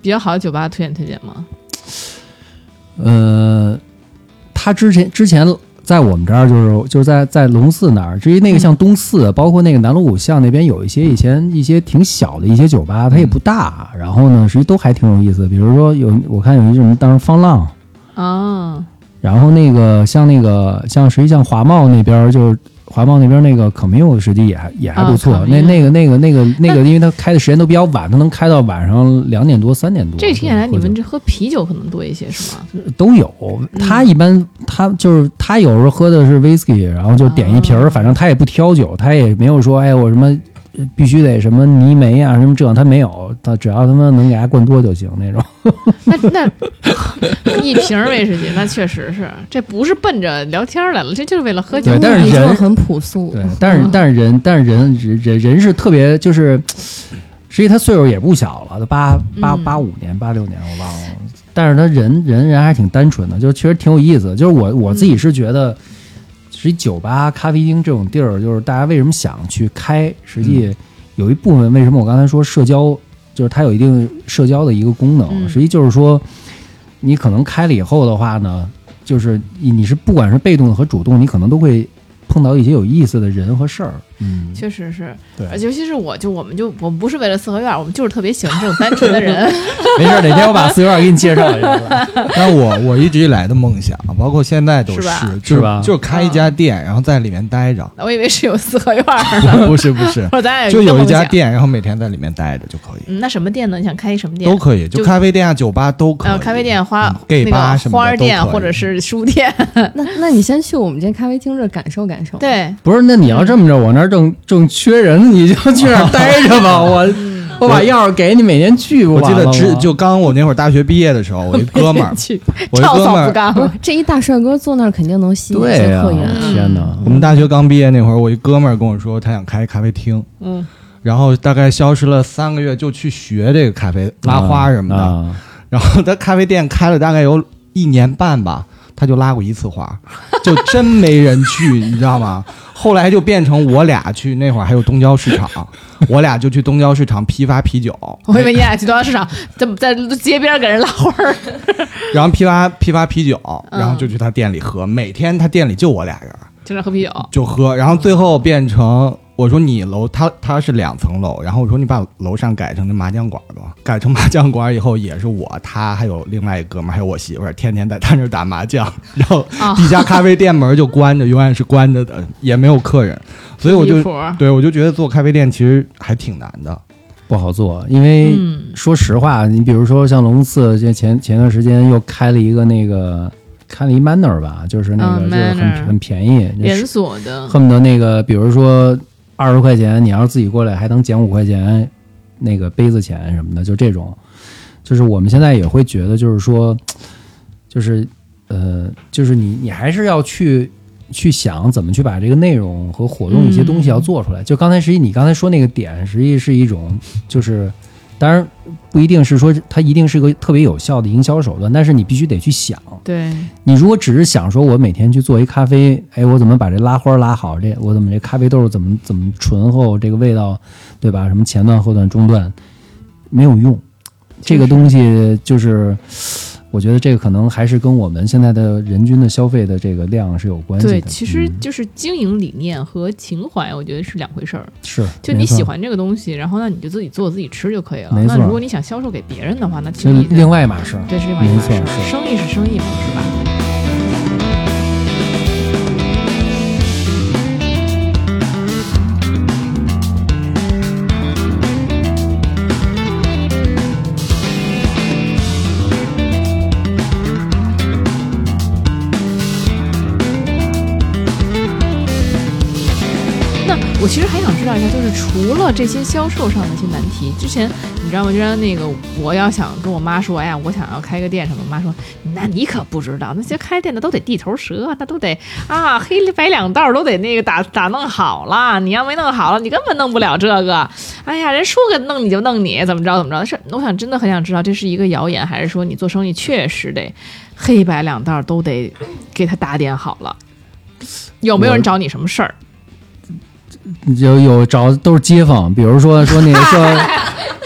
比较好的酒吧推荐推荐吗？
呃，他之前之前在我们这儿就是就是在在龙寺那儿，至于那个像东四，包括那个南锣鼓巷那边有一些以前一些挺小的一些酒吧，它也不大，然后呢，实际都还挺有意思的。比如说有我看有一什么当时方浪，
啊，
然后那个像那个像实际像华贸那边儿就是。华贸那边那个 commune 实际也还也还
啊
不错，
Commune
那那个那个那个那个，因为它开的时间都比较晚，它能开到晚上两点多三点多。
这个听起来你
喝酒
们这喝啤酒可能多一些是吗？
都有，他一般他就是他有时候喝的是 whisky，然后就点一瓶儿，
哦
反正他也不挑酒，他也没有说哎我什么呃必须得什么泥煤啊什么这，他没有，他只要他妈能给他灌多就行那种。
那那 一瓶儿威士忌，那确实是，这不是奔着聊天儿来了，这就是为了喝酒
对。但是
你就
人
很朴素
对，，但是但是人但是人人人人是特别就是，实际他岁数也不小了，他八八
嗯
八五年八六年我忘了，但是他人人人还挺单纯的，就是确实挺有意思的。就是我我自己是觉得，实际酒吧、咖啡厅这种地儿，就是大家为什么想去开，实际有一部分为什么我刚才说社交，就是它有一定社交的一个功能，
嗯
实际就是说，你可能开了以后的话呢。就是你你是不管是被动的和主动，你可能都会碰到一些有意思的人 和事儿。嗯，
确实是，
对
而尤其是我就我们就我们不是为了四合院儿，我们就是特别喜欢这种单纯的人。
没事儿，哪天我把四院给你介绍一下。
那我我一直以来的梦想，啊包括现在都
是吧。
就是
吧
就是开一家店，然后在里面 待着
我以为是有四合院儿，
不是不是
我，说咱俩
就有一
梦
家
想。
店，然后每天在里面待着就可以，
嗯，那什么店呢？你想开一什么店？
都可以，就
就
咖啡店啊、酒吧都可
呃，
以。
咖啡店、花、
嗯 gay 吧
那
什
个
么的
花儿店
都可以
或者是书 店，
那那你先去我们这咖啡厅这感受感受。，
对，
不是，那你要这么着，我那儿正正缺人，你就去那儿待着 吧。我我把钥匙给你，每年去不
我记
完了
得
吗。
之就刚我那会儿大学毕业的时候，我一哥 们儿，
去
我一
照
哥们
扫不
儿，
干了。
这一大帅哥坐那儿肯定能吸引一
对啊
些
呀、
客源。
嗯
天哪！
我们大学刚毕业那会儿，我一哥们儿跟我说他想开咖啡厅，
嗯，
然后大概消失了三个月，就去学这个咖啡拉花什么的，
啊
然后他咖啡店开了大概有一年半吧，他就拉过一次花，就真没人去，你知道吗？后来就变成我俩去，那会儿还有东郊市场，我俩就去东郊市场批发啤酒，
我以为你俩去东阳市场，在在街边儿给人拉花 儿。
然后批发批发啤酒，
嗯
然后就去他店里喝，每天他店里就我俩人
经常喝啤酒，
就喝，然后最后变成。我说你楼，他他是两层楼，然后我说你把楼上改成那麻将馆吧，改成麻将馆以后也是我，他还有另外一哥们儿，还有我媳妇儿，天天在他那儿打麻将，然后
啊
底下咖啡店门就关着，永远是关着的，也没有客人，所以我就
离谱
对我就觉得做咖啡店其实还挺难的。
不好做，因为
嗯
说实话，你比如说像龙寺，就前前段时间又开了一个那个开了一 Manner 吧，就是那个、
嗯
就是很
Manor
很便宜，
连锁的，
恨不得那个，比如说二十块钱，你要是自己过来还能减五块钱，那个杯子钱什么的，就这种。就是我们现在也会觉得，就是说，就是呃，就是你你还是要去去想怎么去把这个内容和活动一些东西要做出来。就刚才实际你刚才说那个点，实际是一种就是。当然不一定是说它一定是个特别有效的营销手段，但是你必须得去想，
对，
你如果只是想说，我每天去做一咖啡，哎，我怎么把这拉花拉好？这我怎么这咖啡豆怎么怎么醇厚？这个味道，对吧？什么前段、后段、中段，没有用。这个东西就是，我觉得这个可能还是跟我们现在的人均的消费的这个量是有关系的。
对，其实
嗯
就是经营理念和情怀，我觉得是两回事儿。
是
就你喜，欢这个东西，然后呢，你就自己做自己吃就可以了。
没错
那如果你想销售给别人的话，那其
这
实你
另外一码事儿。
对是另外一码事
没错
儿。
嗯是
生意是生意嘛，是吧？那我其实还想知道一下，就是除了这些销售上的一些难题，之前你知道吗？之前那个我要想跟我妈说，哎呀，我想要开个店什么，我妈说，那你可不知道，那些开店的都得地头蛇，那都得啊黑白两道都得那个打打弄好了，你要没弄好了，你根本弄不了这个。哎呀，人说个弄你就弄你，怎么着怎么着？是，我想真的很想知道，这是一个谣言，还是说你做生意确实得黑白两道都得给他打点好了？有没有人找你什么事儿？
有有找都是街坊，比如说说你说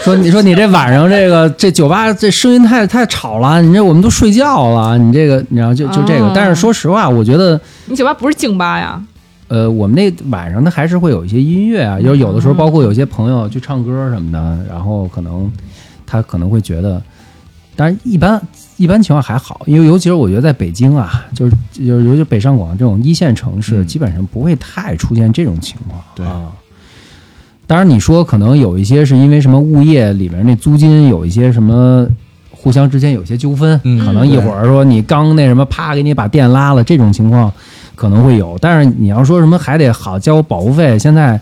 说你说你这晚上这个这酒吧这声音太太吵了，你这我们都睡觉了，你这个你知道就就这个。
哦
但是说实话，我觉得
你酒吧不是静吧呀？
呃，我们那晚上它还是会有一些音乐啊，有
嗯
有的时候包括有些朋友去唱歌什么的，然后可能他可能会觉得，但是一般一般情况还好，因为尤其是我觉得在北京啊，就是就是尤其北上广这种一线城市，
嗯
基本上不会太出现这种情况。
对
啊。当然，你说可能有一些是因为什么物业里面那租金有一些什么互相之间有一些纠纷，
嗯
可能一会儿说你刚那什么，啪给你把电拉了，这种情况可能会有，但是你要说什么还得好交保护费，现在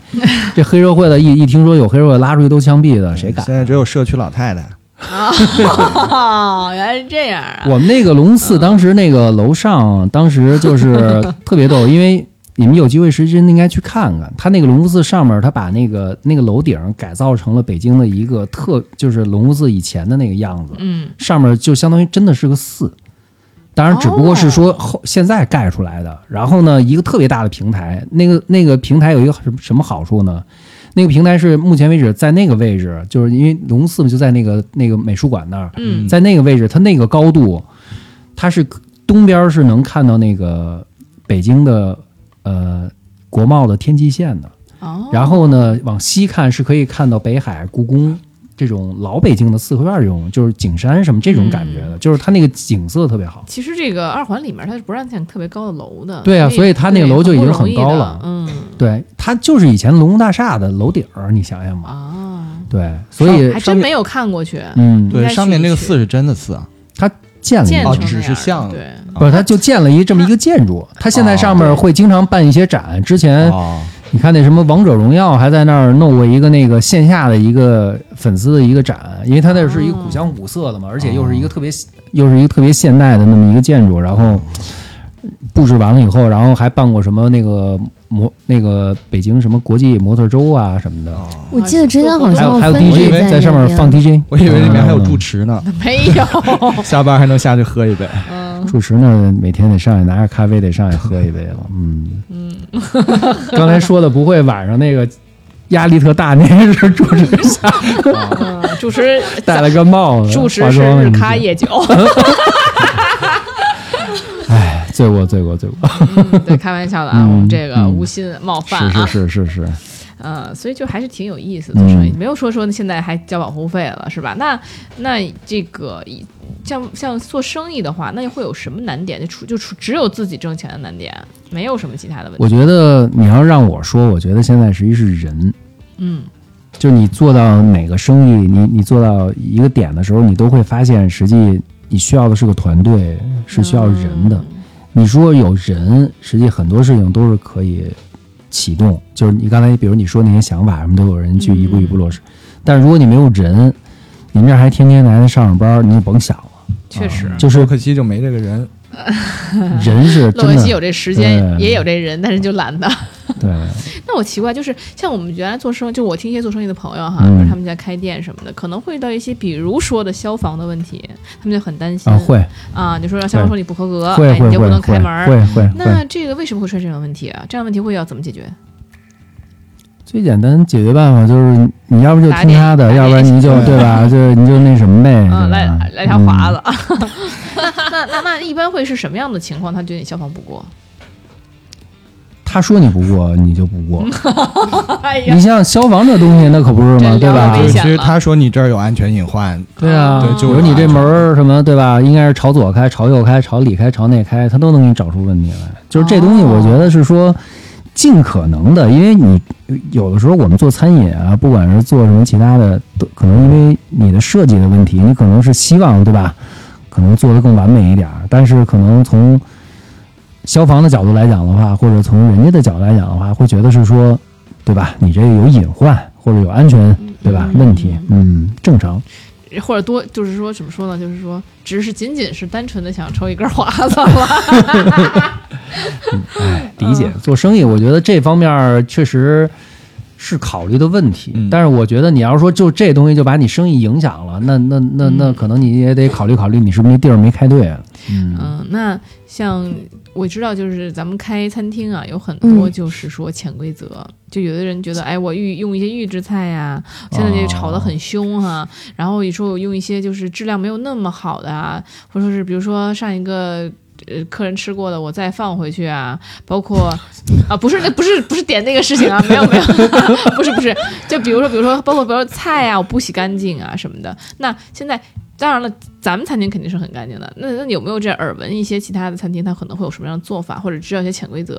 这黑社会的一一听说有黑社会拉出去都枪毙的，谁敢？
现在只有社区老太太，
哦，原来是这样啊！
我们那个龙寺当时那个楼上，当时就是特别逗，因为你们有机会时间应该去看看。他那个龙福寺上面，他把那个那个楼顶改造成了北京的一个特，就是龙福寺以前的那个样子，
嗯，
上面就相当于真的是个寺。当然，只不过是说后现在盖出来的。然后呢，一个特别大的平台，那个那个平台有一个什么什么好处呢？那个平台是目前为止在那个位置，就是因为龙寺就在那个那个美术馆那儿，
嗯
在那个位置，它那个高度，它是东边是能看到那个北京的呃国贸的天际线的，
哦，
然后呢往西看是可以看到北海故宫这种老北京的四合院这种，就是景山什么这种感觉
嗯
的，就是它那个景色特别好。
其实这个二环里面它是不让建特别高的楼的，
对啊所以它那个楼就已经
对很
很高了
不容易
嗯
的
对，它就是以前龙宫大厦的楼顶儿，你想想
嗯
吧。
啊，
对，所以
还
上
真
面
没有看过去，
嗯
应
对，
该
上面
去
那个
去
寺是真的寺啊，
建了一
建成
个
哦
那
只是
样的
像
对，
不是，他就建了一这么一个建筑，他现
哦
在上面会经常办一些展。之前
哦，
你看那什么《王者荣耀》，还在那儿弄过一个那个线下的一个粉丝的一个展，因为它那是一个古香古色的
哦
嘛，而且又是一个特别又是一个特别现代的那么一个建筑，然后布置完了以后，然后还办过什么那个模那个北京什么国际模特周啊什么
哦
的，
我记得之前好
还有
像
啊还有
哦分
我以
DJ
为
在
在上面
那
放
边
DJ，
我以为里面还有
嗯
住持呢，
没有，
下班还能下去喝一杯。
嗯
主持呢，每天得上去拿着咖啡，得上去喝一杯了。嗯嗯， 刚才说的不会晚上那个压力特大，那个是主持下
嗯，主 持
戴了个帽子，
主持
化
是
妆了
日
你
咖
就
夜 酒，
哎，罪过罪过罪过，
嗯对，开玩笑的啊，
嗯
我们这个
嗯
无心冒犯
是
啊，
是是是是，
嗯，所以就还是挺有意思的，做生意
嗯
没有说说现在还交保护费了，是吧？那那这个像像做生意的话，那会有什么难点？就除就除只有自己挣钱的难点，没有什么其他的问
我
题。
觉得你要让我说，我觉得现在实际是人，
嗯，
就你做到哪个生意，你你做到一个点的时候，你都会发现，实际你需要的是个团队，是需要人
嗯
的。你说有人，实际很多事情都是可以启动，就是你刚才比如你说那些想法什么，都有人去一
嗯
步一步落实。但是如果你没有人，你们这儿还天天来这上上班，你就甭想了。
确实，
就是
可惜就没这个人，
人是
嗯洛
真
维西
的
有这时间，
对
也有这人，但是就懒得。
对，啊
那我奇怪，就是像我们原来做生意，就我听一些做生意的朋友哈，
嗯
比如他们家开店什么的，可能会遇到一些，比如说的消防的问题，他们就很担心
啊会
啊，就说让消防说你不合格，
会
哎，
会
你就不
会
能开
会
门儿。
会会
那
会，
这个为什么会出现这种问题啊？这样的问题会要怎么解决？
最简单解决办法就是你要不就听
打
他的，
脸
要不然你就
打脸
对 吧？就是你就那什么呗，
嗯，来
对吧
来条华
嗯
子。啊 那那那一般会是什么样的情况？他觉得你消防不过？
他说你不过，你就不
嗯
过。
哎
你，像消防这东西，那可不是
这
吗？对
聊
吧
得？危
啊就
险
其实
了
他说你这儿有安全隐患，
对啊，
对就
比如
是
你这门儿什么，对吧？应该是朝左开、朝右开、朝里开、朝内开，它都能给你找出问题来。就是这东西，我觉得是说尽可能的，因为你有的时候我们做餐饮啊，不管是做什么其他的，都可能因为你的设计的问题，你可能是希望对吧？可能做得更完美一点儿，但是可能从消防的角度来讲的话，或者从人家的角度来讲的话，会觉得是说，对吧？你这有隐患或者有安全，对
嗯
吧？问题，嗯，正常。
或者多就是说怎么说呢？就是说，只是仅仅是单纯的想抽一根华子了。
哎理解做生意，我觉得这方面儿确实是考虑的问题。
嗯
但是我觉得你要说就这东西就把你生意影响了，那那那那
嗯
可能你也得考虑考虑，你是不是那地儿没开对啊？嗯，
嗯，那像我知道，就是咱们开餐厅啊，有很多
嗯
就是说潜规则，就有的人觉得，哎，我预用一些预制菜呀、现在这炒得很凶哈、然后你说我用一些就是质量没有那么好的啊，或者说是比如说上一个。呃，客人吃过的，我再放回去啊，包括啊，不是那不是不是点那个事情啊，没有没有， 不是不是，就比如说比如说，包括比如说菜啊，我不洗干净啊什么的。那现在当然了，咱们餐厅肯定是很干净的。那那有没有这耳闻一些其他的餐厅，它可能会有什么样的做法，或者知道一些潜规则？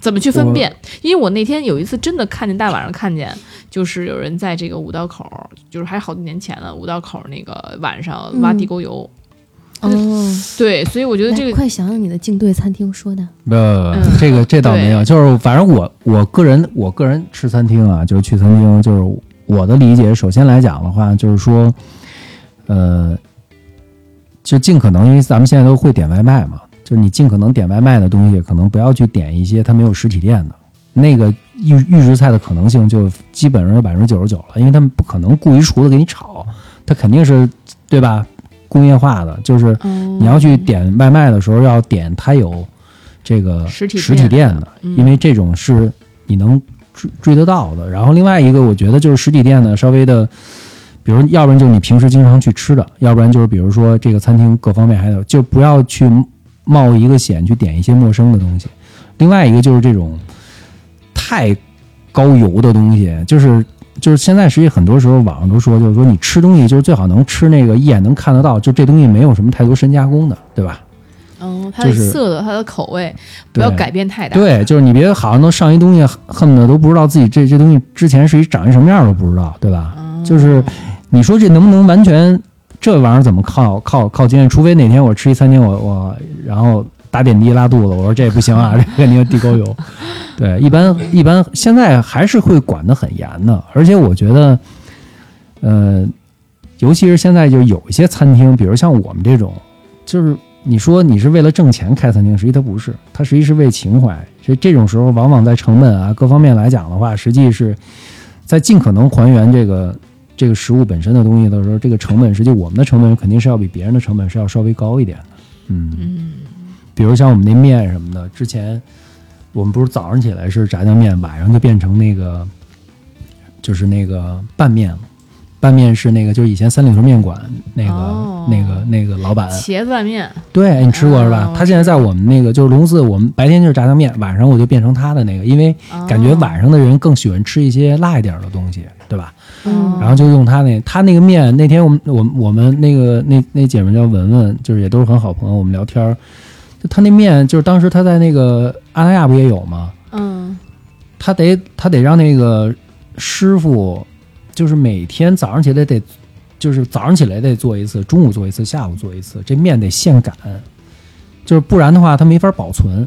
怎么去分辨？因为我那天有一次真的看见大晚上看见，就是有人在这嗯个五道口，就是还是好几年前了，五道口那个晚上挖地沟油，
哦，
对，所以我觉得这
来
个
快想想你的竞对餐厅说的，
呃
嗯，
这个这倒
对
没有，就是反正我我个人我个人吃餐厅啊，就是去餐厅，就是我的理解，首先来讲的话，就是说，呃，就尽可能，因为咱们现在都会点外卖嘛，就是你尽可能点外卖的东西，可能不要去点一些它没有实体店的，那个预预制菜的可能性就基本上是百分之九十九了，因为他们不可能雇一厨子给你炒，他肯定是对吧？工业化的，就是你要去点外卖的时候，要点它有这个
实体
实体店的，
嗯
因为这种是你能追追得到的。然后另外一个，我觉得就是实体店呢，稍微的，比如要不然就是你平时经常去吃的，要不然就是比如说这个餐厅各方面还有，就不要去冒一个险去点一些陌生的东西。另外一个就是这种太高油的东西，就是就是现在实际很多时候网上都说，就是说你吃东西就是最好能吃那个一眼能看得到，就这东西没有什么太多深加工的，对吧？
嗯，它的
就是
色泽、它的口味不
对
要改变太大。
对，就是你别好像都上一东西，恨不得都不知道自己这这东西之前是一长一什么样都不知道，对吧？
嗯，
就是你说这能不能完全这玩意儿怎么靠靠靠经验？除非哪天我吃一餐厅，我我然后打点滴拉肚子，我说这也不行啊，这 肯定地沟油。对，一般一般现在还是会管得很严的，而且我觉得，呃，尤其是现在就有一些餐厅，比如像我们这种，就是你说你是为了挣钱开餐厅，实际它不是，它实际是为情怀。所以这种时候，往往在成本啊各方面来讲的话，实际是在尽可能还原这个这个食物本身的东西的时候，这个成本实际我们的成本肯定是要比别人的成本是要稍微高一点的。嗯比如像我们那面什么的，之前我们不是早上起来是炸酱面，晚上就变成那个就是那个拌面了。拌面是那个，就是以前三里屯面馆那个、
哦
那个那个老板，
茄子拌面，
对你吃过是
哦
吧？他现在在我们那个就是龙寺，我们白天就是炸酱面，晚上我就变成他的那个，因为感觉晚上的人更喜欢吃一些辣一点的东西，对吧？
嗯
然后就用他那他那个面，那天我们我们我们那个那那姐们叫文文，就是也都是很好朋友，我们聊天儿，就他那面就是当时他在那个阿那亚不也有吗？
嗯，
他得他得让那个师傅，就是每天早上起来得，就是早上起来得做一次，中午做一次，下午做一次，这面得现擀，就是不然的话他没法保存。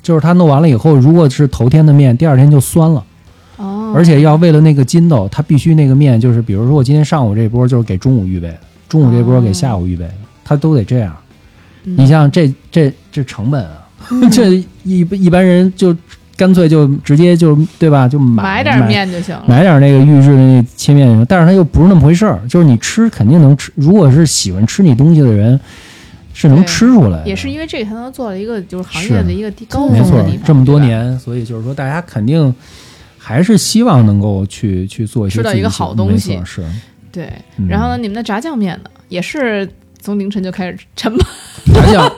就是他弄完了以后，如果是头天的面，第二天就酸了。
哦，
而且要为了那个筋斗，他必须那个面就是，比如说我今天上午这波就是给中午预备的，中午这波给下午预备的，他都得这样。
哦嗯
你像这这这成本啊， 这一一般人就干脆就直接就对吧，就买
买点，面就行了。
买点那个预制的那切面，但是它又不是那么回事儿，就是你吃肯定能吃，如果是喜欢吃你东西的人，是能
对
吃出来的。
也是因为这个，才能做了一个就是行业
是
的一个低高峰
没
的地
错
方。，
这么多
对吧
年，所以就是说，大家肯定还是希望能够去去做一些
吃到
自己
一个
喜欢
好东西
没错是。
对，
嗯
然后呢，你们的炸酱面呢，也是从凌晨就开始晨 跑。
炸酱，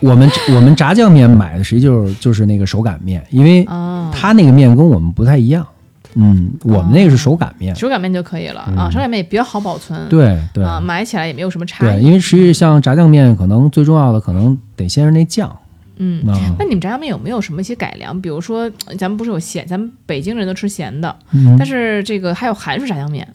我们我们炸酱面买的实际就是就是那个手擀面，因为
啊，
它那个面跟我们不太一样，嗯，
哦
我们那个是手擀面，
手擀面就可以了啊，
嗯
手擀面也比较好保存。
对对
啊，买起来也没有什么差嗯
对，
异。
因为实际像炸酱面，可能最重要的可能得先是那酱
嗯，
啊
那，你们炸酱面有没有什么一些改良？比如说，呃咱们不是有咸，咱们北京人都吃咸的，
嗯
但是这个还有韩式炸酱面，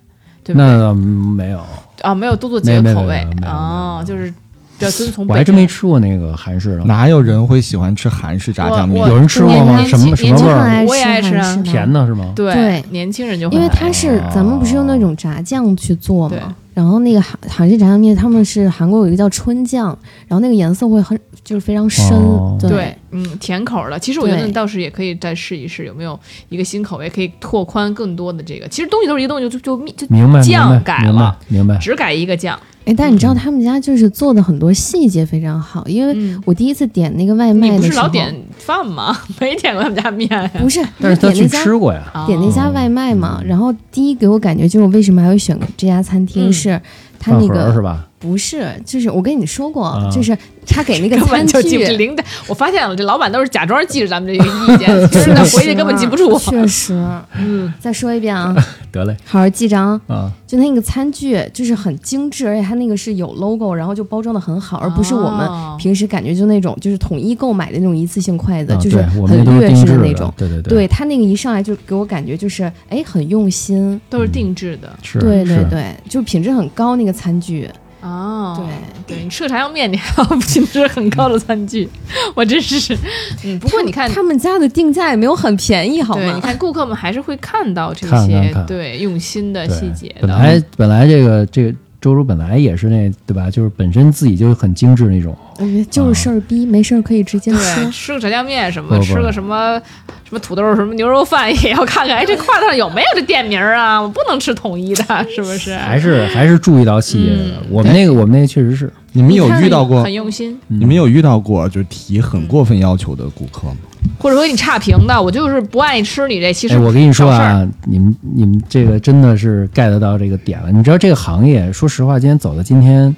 对不
那
对？
倒没有，
啊，没有多做几个
没没
口
没
味
没没没
啊，就是要遵从北京。
我还真没吃过那个韩式
嗯
的，
哪有人会喜欢吃韩式炸酱面
我？
有人吃过吗？
我
什么什
年
么
轻
味
人
儿？
我也爱吃啊
吃韩式
甜的是吗？
对
对
年轻人就
因为
很爱
它
哎
是咱们不是用那种炸酱去做
对
嘛，然后那个韩韩式炸酱面，他们是韩国有一个叫春酱，然后那个颜色会很就是非常深
哦，
对，嗯，甜口儿的。其实我觉得
对
倒是也可以再试一试，有没有一个新口味可以拓宽更多的这个。其实东西都是一个东西，就就就就
明白，明
酱
白，
改
明白
了，
明白。
只改一个酱。
哎，但你
嗯
知道他们家就是做的很多细节非常好，因为
嗯，
我第一次点那个外卖
你
的
不是
时候，
老点饭吗？ 没点过他们家面呀。
不是，
但是他
我点
去
那家
吃嗯过呀，
啊
点那家外卖嘛，然后第一给我感觉就是我为什么还会选这家餐厅
嗯
是。他
饭
那
盒
个
儿是吧？
不是，就是我跟你说过，
啊
就是他给那个
根
餐
本就记不住
具，
领导，我发现了，这老板都是假装记着咱们这个意 见，其实呢回去根本记不住。
确实，
嗯，
再说一遍 啊，
得嘞
好好记着啊。
啊，
就那个餐具就是很精致，而且它那个是有 logo，然后就包装的很好，而不是我们
哦
平时感觉就那种就是统一购买的那种一次性筷子，
啊
嗯就是
对我们
很
那都是
劣
定
质
制
那种。
对对
对，它那个一上来就给我感觉就是哎很用心，
嗯
都是定制的
是，
对对
是
对，就品质很高那个餐具，
哦，哦，
对
对，你吃个炸酱面，你还要 请吃很高的餐具，我真是，嗯，不过你看。
他们家的定价也没有很便宜，好
对，你
吗？
看顾客们啊还是会看到这些
看看看
对用心的细节的。
本
嗯
来本来这个这个周周本来也是那对吧？就是本身自己就是很精致那种，
我觉得就是事儿逼，没事儿可以直接
对，
吃。
吃个炸酱面什么，
不不
吃个什么什么土豆什么牛肉饭也要看看，哎，这筷子上有没有这店名儿啊？我不能吃统一的，是不是？
还是还是注意到细节的。我们那个我嗯们那个确实是，
你们有
看
遇到过
很？用心，
你们有遇到过就是提很过分要求的顾客吗？
嗯
或者说给你差评的，我就是不爱吃你这，其实
哎，我跟你说
找事儿，
啊，你们你们这个真的是 get 到这个点了。你知道这个行业，说实话，今天走到今天，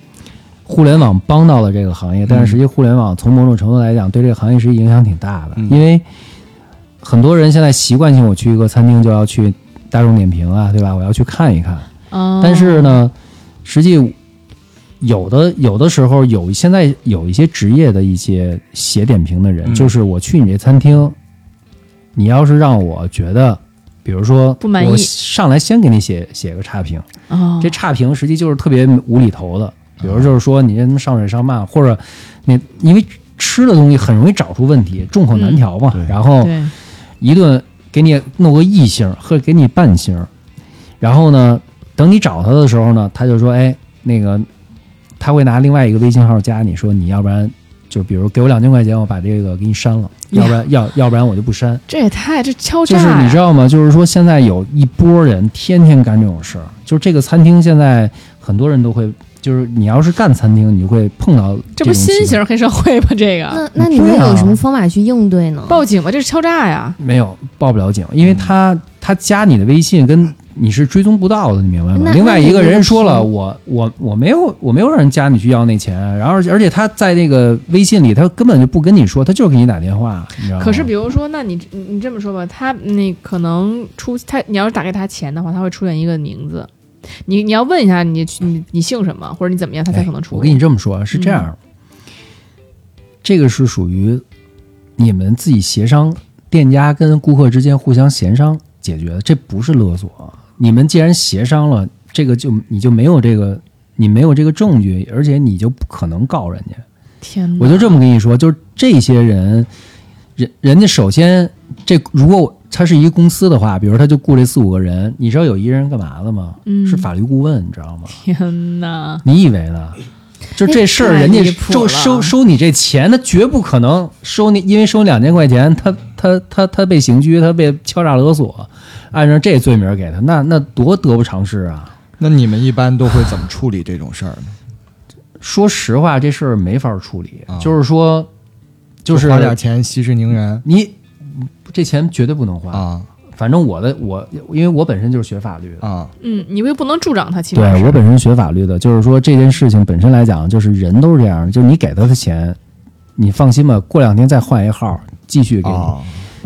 互联网帮到了这个行业，但是实际互联网从某种程度来讲，对这个行业是影响挺大的，
嗯
因为很多人现在习惯性我去一个餐厅就要去大众点评啊，对吧？我要去看一看。
嗯
但是呢，实际有的有的时候有现在有一些职业的一些写点评的人，
嗯
就是我去你这餐厅，你要是让我觉得，比如说
不满意
我上来先给你写写个差评，
哦
这差评实际就是特别无厘头的，比如就是说你这他妈上水上骂，或者你因为吃的东西很容易找出问题，众口难调嘛，
嗯对
然后。
对
一顿给你弄个一星儿，或者给你半星儿，然后呢，等你找他的时候呢，他就说，哎，那个，他会拿另外一个微信号加你说，你要不然就比如给我两千块钱，我把这个给你删了，要不然要要不然我就不删。
这也太这敲诈
就
呀，
是你知道吗？就是说现在有一波人天天干这种事儿，就是这个餐厅现在很多人都会，就是你要是干餐厅，你就会碰到
这不
种情
新型
况
黑社会吗？这个
那那你
啊
们有什么方法去应对呢？
啊报警吧，这是敲诈呀。
没有报不了警，因为他
嗯
他加你的微信跟你是追踪不到的，你明白吗？
那
另外一个人说
那
了，
你
我我我没有我没有让人加你去要那钱，然后而且他在那个微信里，他根本就不跟你说，他就是给你打电话，你知道吗？
可是比如说，那你你你这么说吧，他那可能出他，你要是打给他钱的话，他会出现一个名字。你你要问一下你你你姓什么，或者你怎么样，嗯他才可能
哎
出。
我跟你这么说，是这样，这个是属于你们自己协商，店家跟顾客之间互相协商解决的，这不是勒索。啊你们既然协商了，这个就你就没有这个，你没有这个证据，而且你就不可能告人家。
天哪，
我就这么跟你说，就是这些人，人人家首先这如果他是一个公司的话，比如他就雇这四五个人，你知道有一个人干嘛的吗？
嗯
是法律顾问，你知道吗？
天哪，
你以为呢？就这事儿，
哎太
人家
离谱
收
了
收收你这钱，他绝不可能收你，因为收两千块钱，他他他他被刑拘，他被敲诈勒索，按照这罪名给他，那那多得不偿失啊！
那你们一般都会怎么处理这种事儿呢？
说实话，这事儿没法处理，
啊
就是说，就是
花点钱息事宁人
你这钱绝对不能花。
啊
反正我的我，因为我本身就是学法律的，
啊！
嗯，你又不能助长他，起码
对
是
我本身学法律的，就是说这件事情本身来讲，就是人都是这样，就是你给他的钱，你放心吧，过两天再换一号，继续给你。
啊，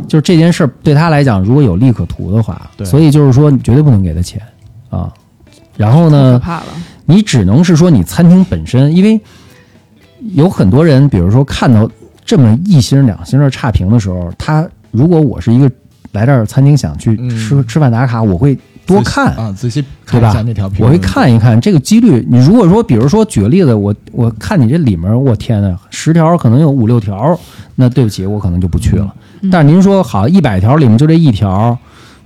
就是这件事儿对他来讲，如果有利可图的话，
对
所以就是说你绝对不能给他钱啊。然
太
后
可
呢，
怕了。
你只能是说你餐厅本身，因为有很多人，比如说看到这么一星两星的差评的时候，他如果我是一个来这儿餐厅想去
嗯
吃、吃饭打卡，我会多看
仔细啊，仔细
对
看一
吧
下那条评嗯
我
论，
会看一看这个几率。你如果说，比如说举个例子，我我看你这里面，我天呐，十条可能有五六条，那对不起，我可能就不去了。
嗯
但是您说好一百条里面就这一条，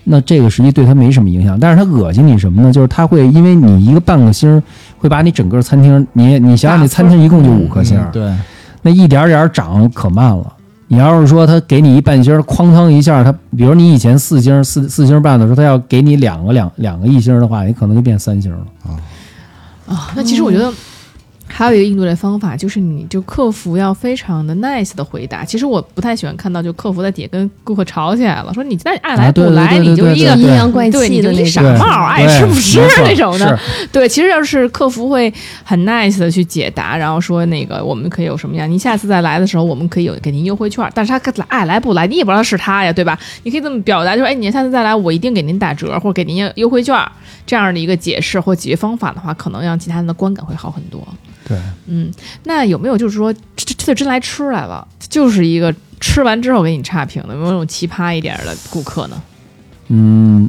那这个实际对他没什么影响。但是他恶心你什么呢？就是他会因为你一个半个星儿，会把你整个餐厅，你你想想，你餐厅一共就五颗星儿，
嗯对，
那一点儿点儿涨可慢了。你要是说他给你一半星儿，哐当一下，他比如你以前四星儿四四星儿半的时候，他要给你两个两两个一星儿的话，你可能就变三星儿了。
啊，那其实我觉得还有一个应对的方法，就是你就客服要非常的 nice 的回答。其实我不太喜欢看到就客服在底下跟顾客吵起来了，说你在爱来
啊
不
对对
来，
对
你就
对
一
对
个
对
阴阳怪
嗯对
气的
你
那
就一傻
种。
帽儿，爱吃不吃
没错
那种的
是。
对，其实要是客服会很 nice 的去解答，然后说那个我们可以有什么样，您下次再来的时候，我们可以有给您优惠券儿。但是他爱来不来，你也不知道是他呀，对吧？你可以这么表达，就是哎，你下次再来，我一定给您打折或者给您优惠券儿这样的一个解释或解决方法的话，可能让其他人的观感会好很多。
对，
嗯，那有没有就是说，这这这真来吃来了，就是一个吃完之后给你差评的，有没有那种奇葩一点儿的顾客呢？
嗯，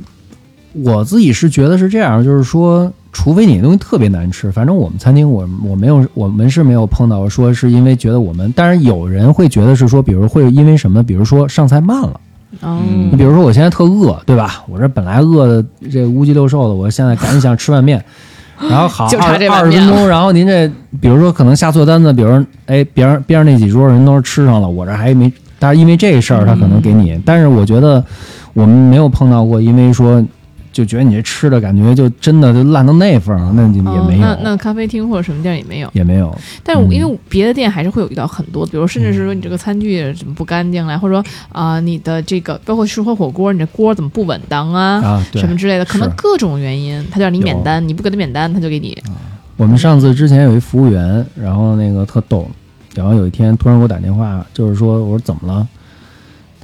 我自己是觉得是这样，就是说除非你的东西特别难吃，反正我们餐厅我我没有我们是没有碰到说是因为觉得我们，当然有人会觉得是说，比如会因为什么，比如说上菜慢了，
嗯
你比如说我现在特饿，对吧？我这本来饿的这乌鸡六兽的，我现在赶紧想吃 碗面，然后好
就差
二
这碗
二十
面
分
了
钟，然后您这比如说可能下错单子，比如哎别人边上那几桌人都是吃上了，我这还没，但是因为这事儿他可能给
嗯
你，但是我觉得我们没有碰到过，因为说就觉得你这吃的感觉就真的就烂到那份儿上，那就也没有，
哦那那咖啡厅或者什么店儿也没有。
也没有，
但是我
嗯
因为别的店还是会有遇到很多，比如甚至是说你这个餐具怎么不干净啦，或者说啊、你的这个包括吃火火锅，你的锅怎么不稳当啊，
啊，对
什么之类的，可能
是
各种原因，他就让你免
有啊
单，你不给他免单，他就给你
我们上次之前有一服务员，然后那个特逗，然后有一天突然给我打电话，就是说我说怎么了？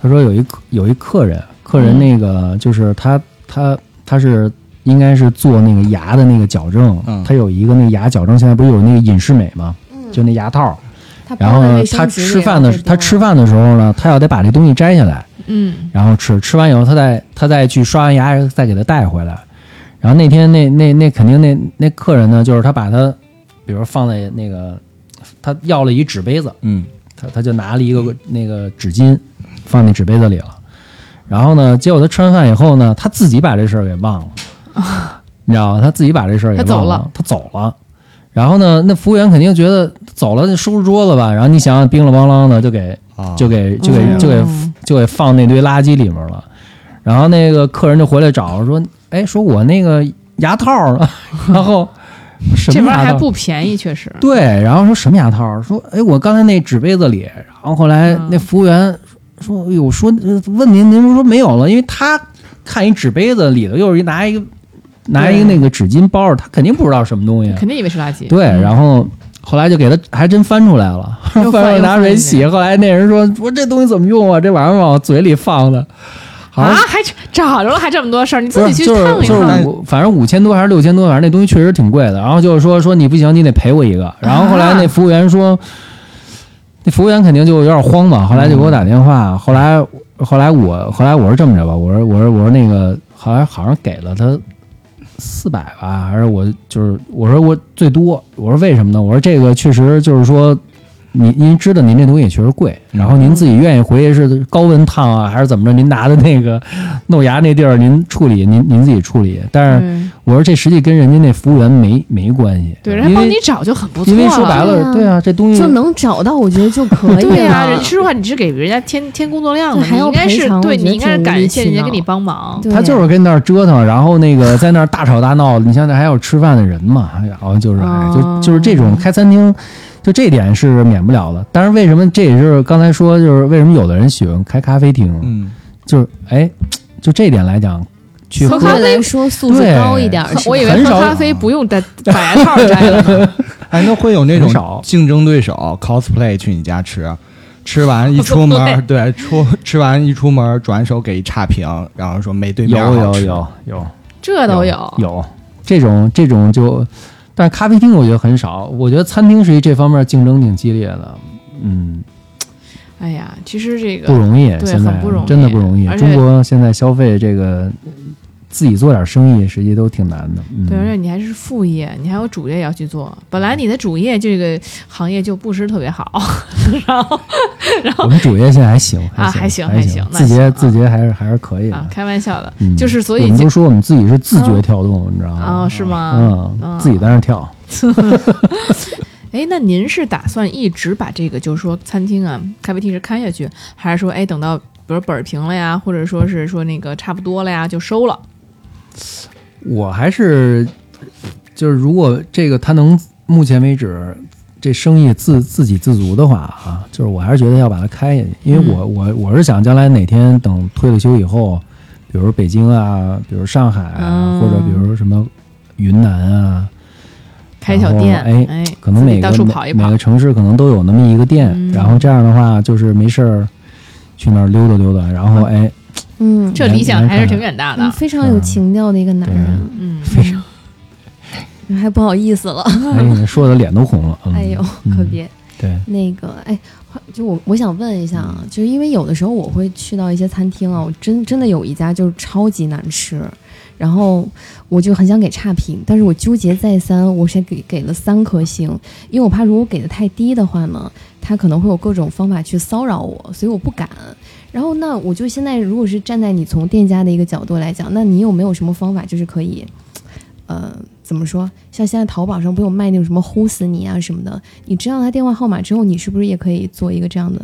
他说有一客有一客人，客人那个就是他他他是应该是做那个牙的那个矫正，
嗯
他有一个那个牙矫正，现在不是有那个隐适美吗？
嗯
就那牙套，
他
然后呢，他吃饭的时他吃饭的时候呢，他要得把这东西摘下来，
嗯
然后吃，吃完以后他再他再去刷完牙再给他带回来。然后那天那那那肯定那那客人呢，就是他把他，比如放在那个，他要了一纸杯子，
嗯，
他他就拿了一个那个纸巾放那纸杯子里了。然后呢，结果他吃完饭以后呢，他自己把这事儿给忘 了，你知道吗？他自己把这事儿给
他走
忘
了，
他走了。然后呢，那服务员肯定觉得走了，就收拾桌子吧。然后你想想，冰了邦啷的就给
啊，
就给就
嗯
给就给就给放那堆垃圾里面了。然后那个客人就回来找说：“哎，说我那个牙套呢？” 然后什
这
么
玩意儿还
牙套？
不便宜，确实。
对，然后说什么牙套？说哎，我刚才那纸杯子里。然后后来
嗯
那服务员说：“哎呦，说呃问您，您说没有了，因为他看一纸杯子里头又是一拿一个拿一个
对
那个纸巾包着，他肯定不知道什么东西。”啊
肯定以为是垃圾。
对，
嗯
然后后来就给他还真翻出来了，翻
又
出来
翻
拿
又
水
翻
洗。后来那人说：“我这东西怎么用啊？这玩意儿往我嘴里放的，好
啊
像，
还这找着了，还这么多事儿，你自
不
己
是
去
就是
烫一
就
烫。
是五，反正五千多还是六千多，反正那东西确实挺贵的。然后就是说说你不行，你得赔我一个。然后后
啊
来那服务员说，那服务员肯定就有点慌嘛，后来
嗯
就给我打电话。后来后来我后来我是这么着吧，我说我说我说那个后来好像给了他。四百吧，还是我就是我说我最多，我说为什么呢？我说这个确实就是说，您您知道您这东西也确实贵，然后您自己愿意回去是高温烫啊，还是怎么着？您拿的那个弄牙那地儿您处理，您您自己处理。但是
对
我说这实际跟人家那服务员没没关系，
对，人
因
家帮你
为
找就很不错
因为说白
对
了，
啊
对啊，这东西
就能找到，我觉得就可以了。
对呀、人说实话，你是给人家添添工作量的，
啊对还
你
要
应该
赔
是
偿
对
我觉
你
得
应该是
挺无
感
理
谢
取
人家给
闹
你帮忙。
对
他就是跟那儿折腾，然后那个在那儿大吵大闹。你像那还有吃饭的人嘛，然后就是哎，
哦
就就是这种开餐厅，就这点是免不了的。但是为什么这也是刚才说，就是为什么有的人喜欢开咖啡厅，
嗯，
就是哎，就这点来讲，去
喝
喝
相对来说素质高一点儿
对，
是
我以为
吧
很
喝
少
咖啡不 用戴把牙套摘了呢，
哎，那会有那
很少
种竞争对手 cosplay 去你家吃，吃完一出门 儿，对，出吃完一出门儿，转手给一差评，然后说没对面
有
好
有
吃
有有。
这都
有
有。
这种这种就，但是咖啡厅我觉得很少，我觉得餐厅实际这方面竞争挺激烈的，嗯，
哎呀，其实这
不
个
容易，
对
现在
很不容易
真的不容易
而。且
中国现在消费这个自己做点生意，实际都挺难的。嗯、
对，而且你还是副业，你还有主业要去做。本来你的主业这个行业就不是特别好， 然后
我们主业现在还行
啊
还行
还行还
行
行，那
字节
行
字节还是还是可以的
啊，。开玩笑的，
嗯
就是所
我
以
们
就嗯
都说我们自己是自觉跳动，你知道
啊、
吗？
是吗？
嗯，
啊
自己在那跳。
哎，那您是打算一直把这个，就是说餐厅啊、咖啡厅是开下去，还是说，哎，等到比如本儿平了呀，或者说是说那个差不多了呀，就收了？
我还是就是，如果这个他能目前为止这生意自自给自足的话啊，就是我还是觉得要把它开下去，因为我、
嗯
我我是想将来哪天等退了休以后，比如北京啊，比如上海啊，
嗯
或者比如什么云南啊，
开小店，
然后哎
哎，
可能
自己
每个
到处跑一
每
跑
个，城市可能都有那么一个店，
嗯
然后这样的话就是没事儿去那儿溜达溜达，然后 哎，
嗯，
这理想还是挺远大的
嗯。非常
啊
有情调的一个男人，嗯
嗯，
还不好意思了。
哎，你说的脸都红了，嗯、
哎呦，
嗯
可别
对，
那个，哎，就我我想问一下啊，就是因为有的时候我会去到一些餐厅啊，我真真的有一家就是超级难吃，然后我就很想给差评，但是我纠结再三，我先给给了三颗星，因为我怕如果给的太低的话呢，他可能会有各种方法去骚扰我，所以我不敢。然后那我就现在如果是站在你从店家的一个角度来讲，那你有没有什么方法就是可以，呃，怎么说？像现在淘宝上不有卖那种什么呼死你啊什么的，你知道他电话号码之后，你是不是也可以做一个这样的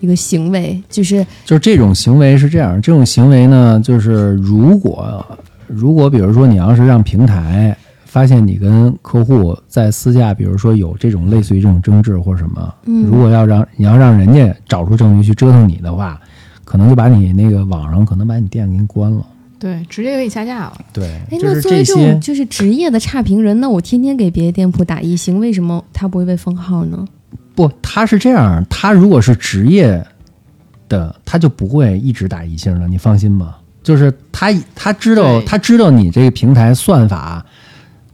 一个行为？就是
就是这种行为是这样，这种行为呢，就是如果如果比如说你要是让平台发现你跟客户在私下，比如说有这种类似于这种争执或什么，
嗯
如果要让你要让人家找出证据去折腾你的话，可能就把你那个网上可能把你店给你关了。
对，直接给你下架了。
对
哎，
就
那
是
作为
这
这
些
种就是职业的差评人，那我天天给别的店铺打一星，为什么他不会被封号呢？
不，他是这样，他如果是职业的，他就不会一直打一星的，你放心吧。就是他他知道
对
他知道你这个平台算法，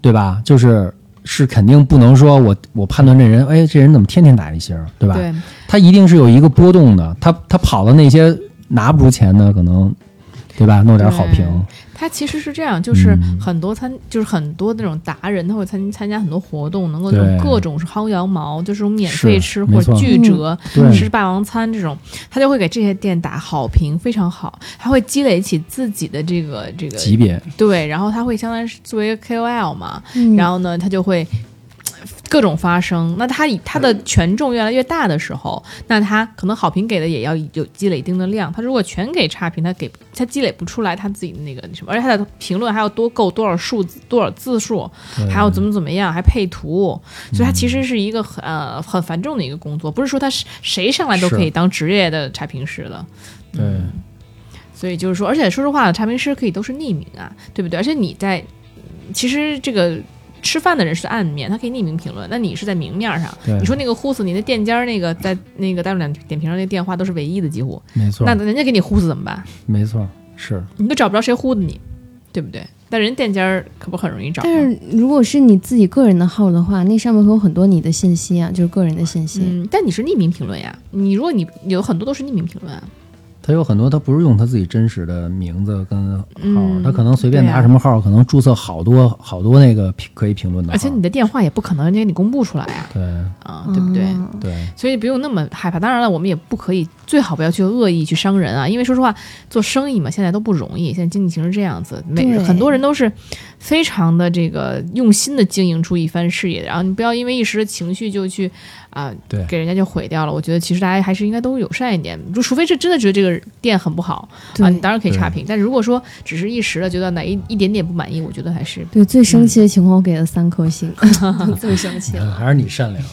对吧？就是是肯定不能说我我判断这人，哎，这人怎么天天打一星，对吧？
对，
他一定是有一个波动的，他他跑到那些拿不出钱的，可能对吧？弄点好评，
它其实是这样，就是
嗯
很多参，就是很多那种达人，他会参参加很多活动，能够那
对
种各种薅羊毛，就是这种免
是
费吃
没
或者
错嗯
巨折
对、
吃霸王餐这种，他就会给这些店打好评，非常好，他会积累起自己的这个这个
级别
对，然后他会相当于是作为一个 KOL 嘛，
嗯
然后呢，他就会呃各种发声。那他以他的权重越来越大的时候，那他可能好评给的也要有积累一定的量。他如果全给差评，他给他积累不出来他自己的那个那什么，而且他的评论还要多够多少数字多少字数，还要怎么怎么样，还配图，所以他其实是一个很、呃很繁重的一个工作，不是说他是谁上来都可以
是
当职业的差评师的。嗯
对
所以就是说，而且说实话，查评师可以都是匿名啊，对不对？而且你在，其实这个吃饭的人是在暗面，他可以匿名评论，那你是在明面上。
对
你说那个呼死你那店家儿那个在那个大众点点评上那电话都是唯一的几乎，
没错
那人家给你呼死怎么办？
没错是
你都找不着谁呼的你，对不对？但人店家儿可不很容易找吗，
但是如果是你自己个人的号的话，那上面会有很多你的信息啊，就是个人的信息。
嗯，但你是匿名评论呀，你如果你有很多都是匿名评论啊，
他有很多，他不是用他自己真实的名字跟号，
嗯
他可能随便
对
拿
啊
什么号，可能注册好多好多那个评可以评论的号，
而且你的电话也不可能人家给你公布出来呀、
对
啊，对不对？
啊
对
所以不用那么害怕。当然了，我们也不可以，最好不要去恶意去伤人啊，因为说实话，做生意嘛，现在都不容易，现在经济形势这样子，每
对
很多人都是非常的这个用心的经营出一番事业的，然后你不要因为一时的情绪就去啊、
对
给人家就毁掉了。我觉得其实大家还是应该都友善一点，就除非是真的觉得这个店很不好啊，你
对
当然可以
对
差评，但如果说只是一时的觉得哪一一点点不满意，我觉得还是
对，最生气的情况我给了三颗星，最生 气了，
还是你善良，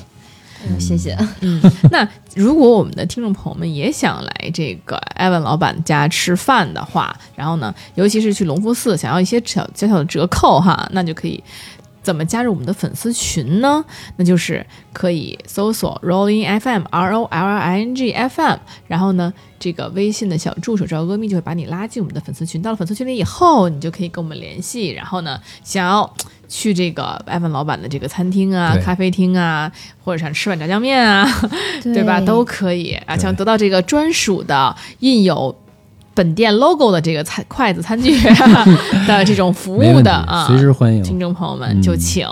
嗯谢谢。
嗯，那如果我们的听众朋友们也想来这个艾文老板家吃饭的话，然后呢，尤其是去隆福寺，想要一些小小小的折扣哈，那就可以怎么加入我们的粉丝群呢？那就是可以搜索 Rolling FM R O L L I N G F M，然后呢，这个微信的小助手赵阿咪就会把你拉进我们的粉丝群。到了粉丝群里以后，你就可以跟我们联系，然后呢，想要去这个艾文老板的这个餐厅啊、
对
咖啡厅啊，或者想吃碗炸酱面啊，
对
对吧？都可以啊，想得到这个专属的印有本店 logo 的这个餐筷子餐具啊 的这种服
没
务
问题
的啊，
随时欢迎。嗯
听众朋友们就请。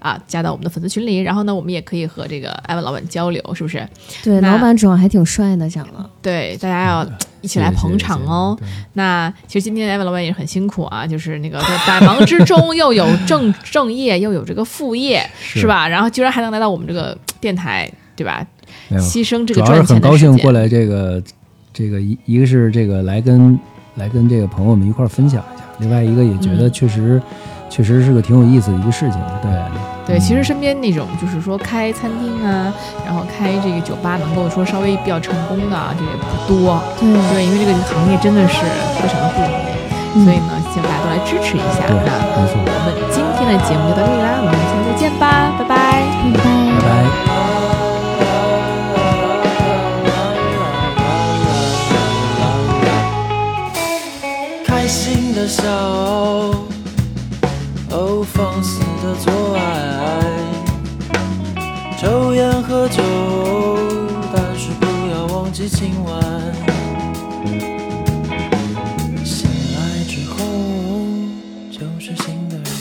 啊，加到我们的粉丝群里，然后呢，我们也可以和这个艾文老板交流，是不是？
对，
那
老板主要还挺帅的，长得。
对，大家要
嗯
一起来捧场哦。那其实今天艾文老板也是很辛苦啊，就是那个在百忙之 中又有正正业，又有这个副业，是吧？然后居然还能来到我们这个电台，对吧？
没有
牺牲这
哎主
个
要是
赚
很
钱的
高
时
兴过
间，
来这个这个一一个是这个来跟来跟这个朋友们一块儿分享一下，另外一个也觉得
嗯
确实、确实是个挺有意思的一个事情，对
对，其实
嗯
身边那种就是说开餐厅啊，然后开这个酒吧，能够说稍微比较成功的啊，这个也不多。
嗯
对，
对，因为这个行业真的是非常的不容易，
嗯
所以呢，希望大家都来支持一下。
对，
那
没错，
我们今天的节目就到这里啦，我们下次再见吧，拜拜。
拜拜
拜。拜。
开心的笑，哦，放肆的做爱，抽烟喝酒，但是不要忘记今晚。醒来之后。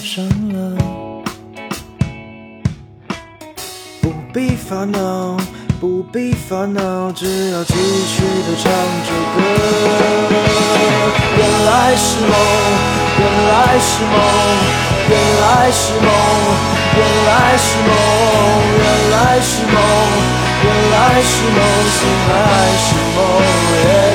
上了，不必烦恼，不必烦恼，只要继续的唱着歌。原来是梦，原来是梦，原来是梦，原来是梦，原来是梦，原来是梦，醒来是梦。耶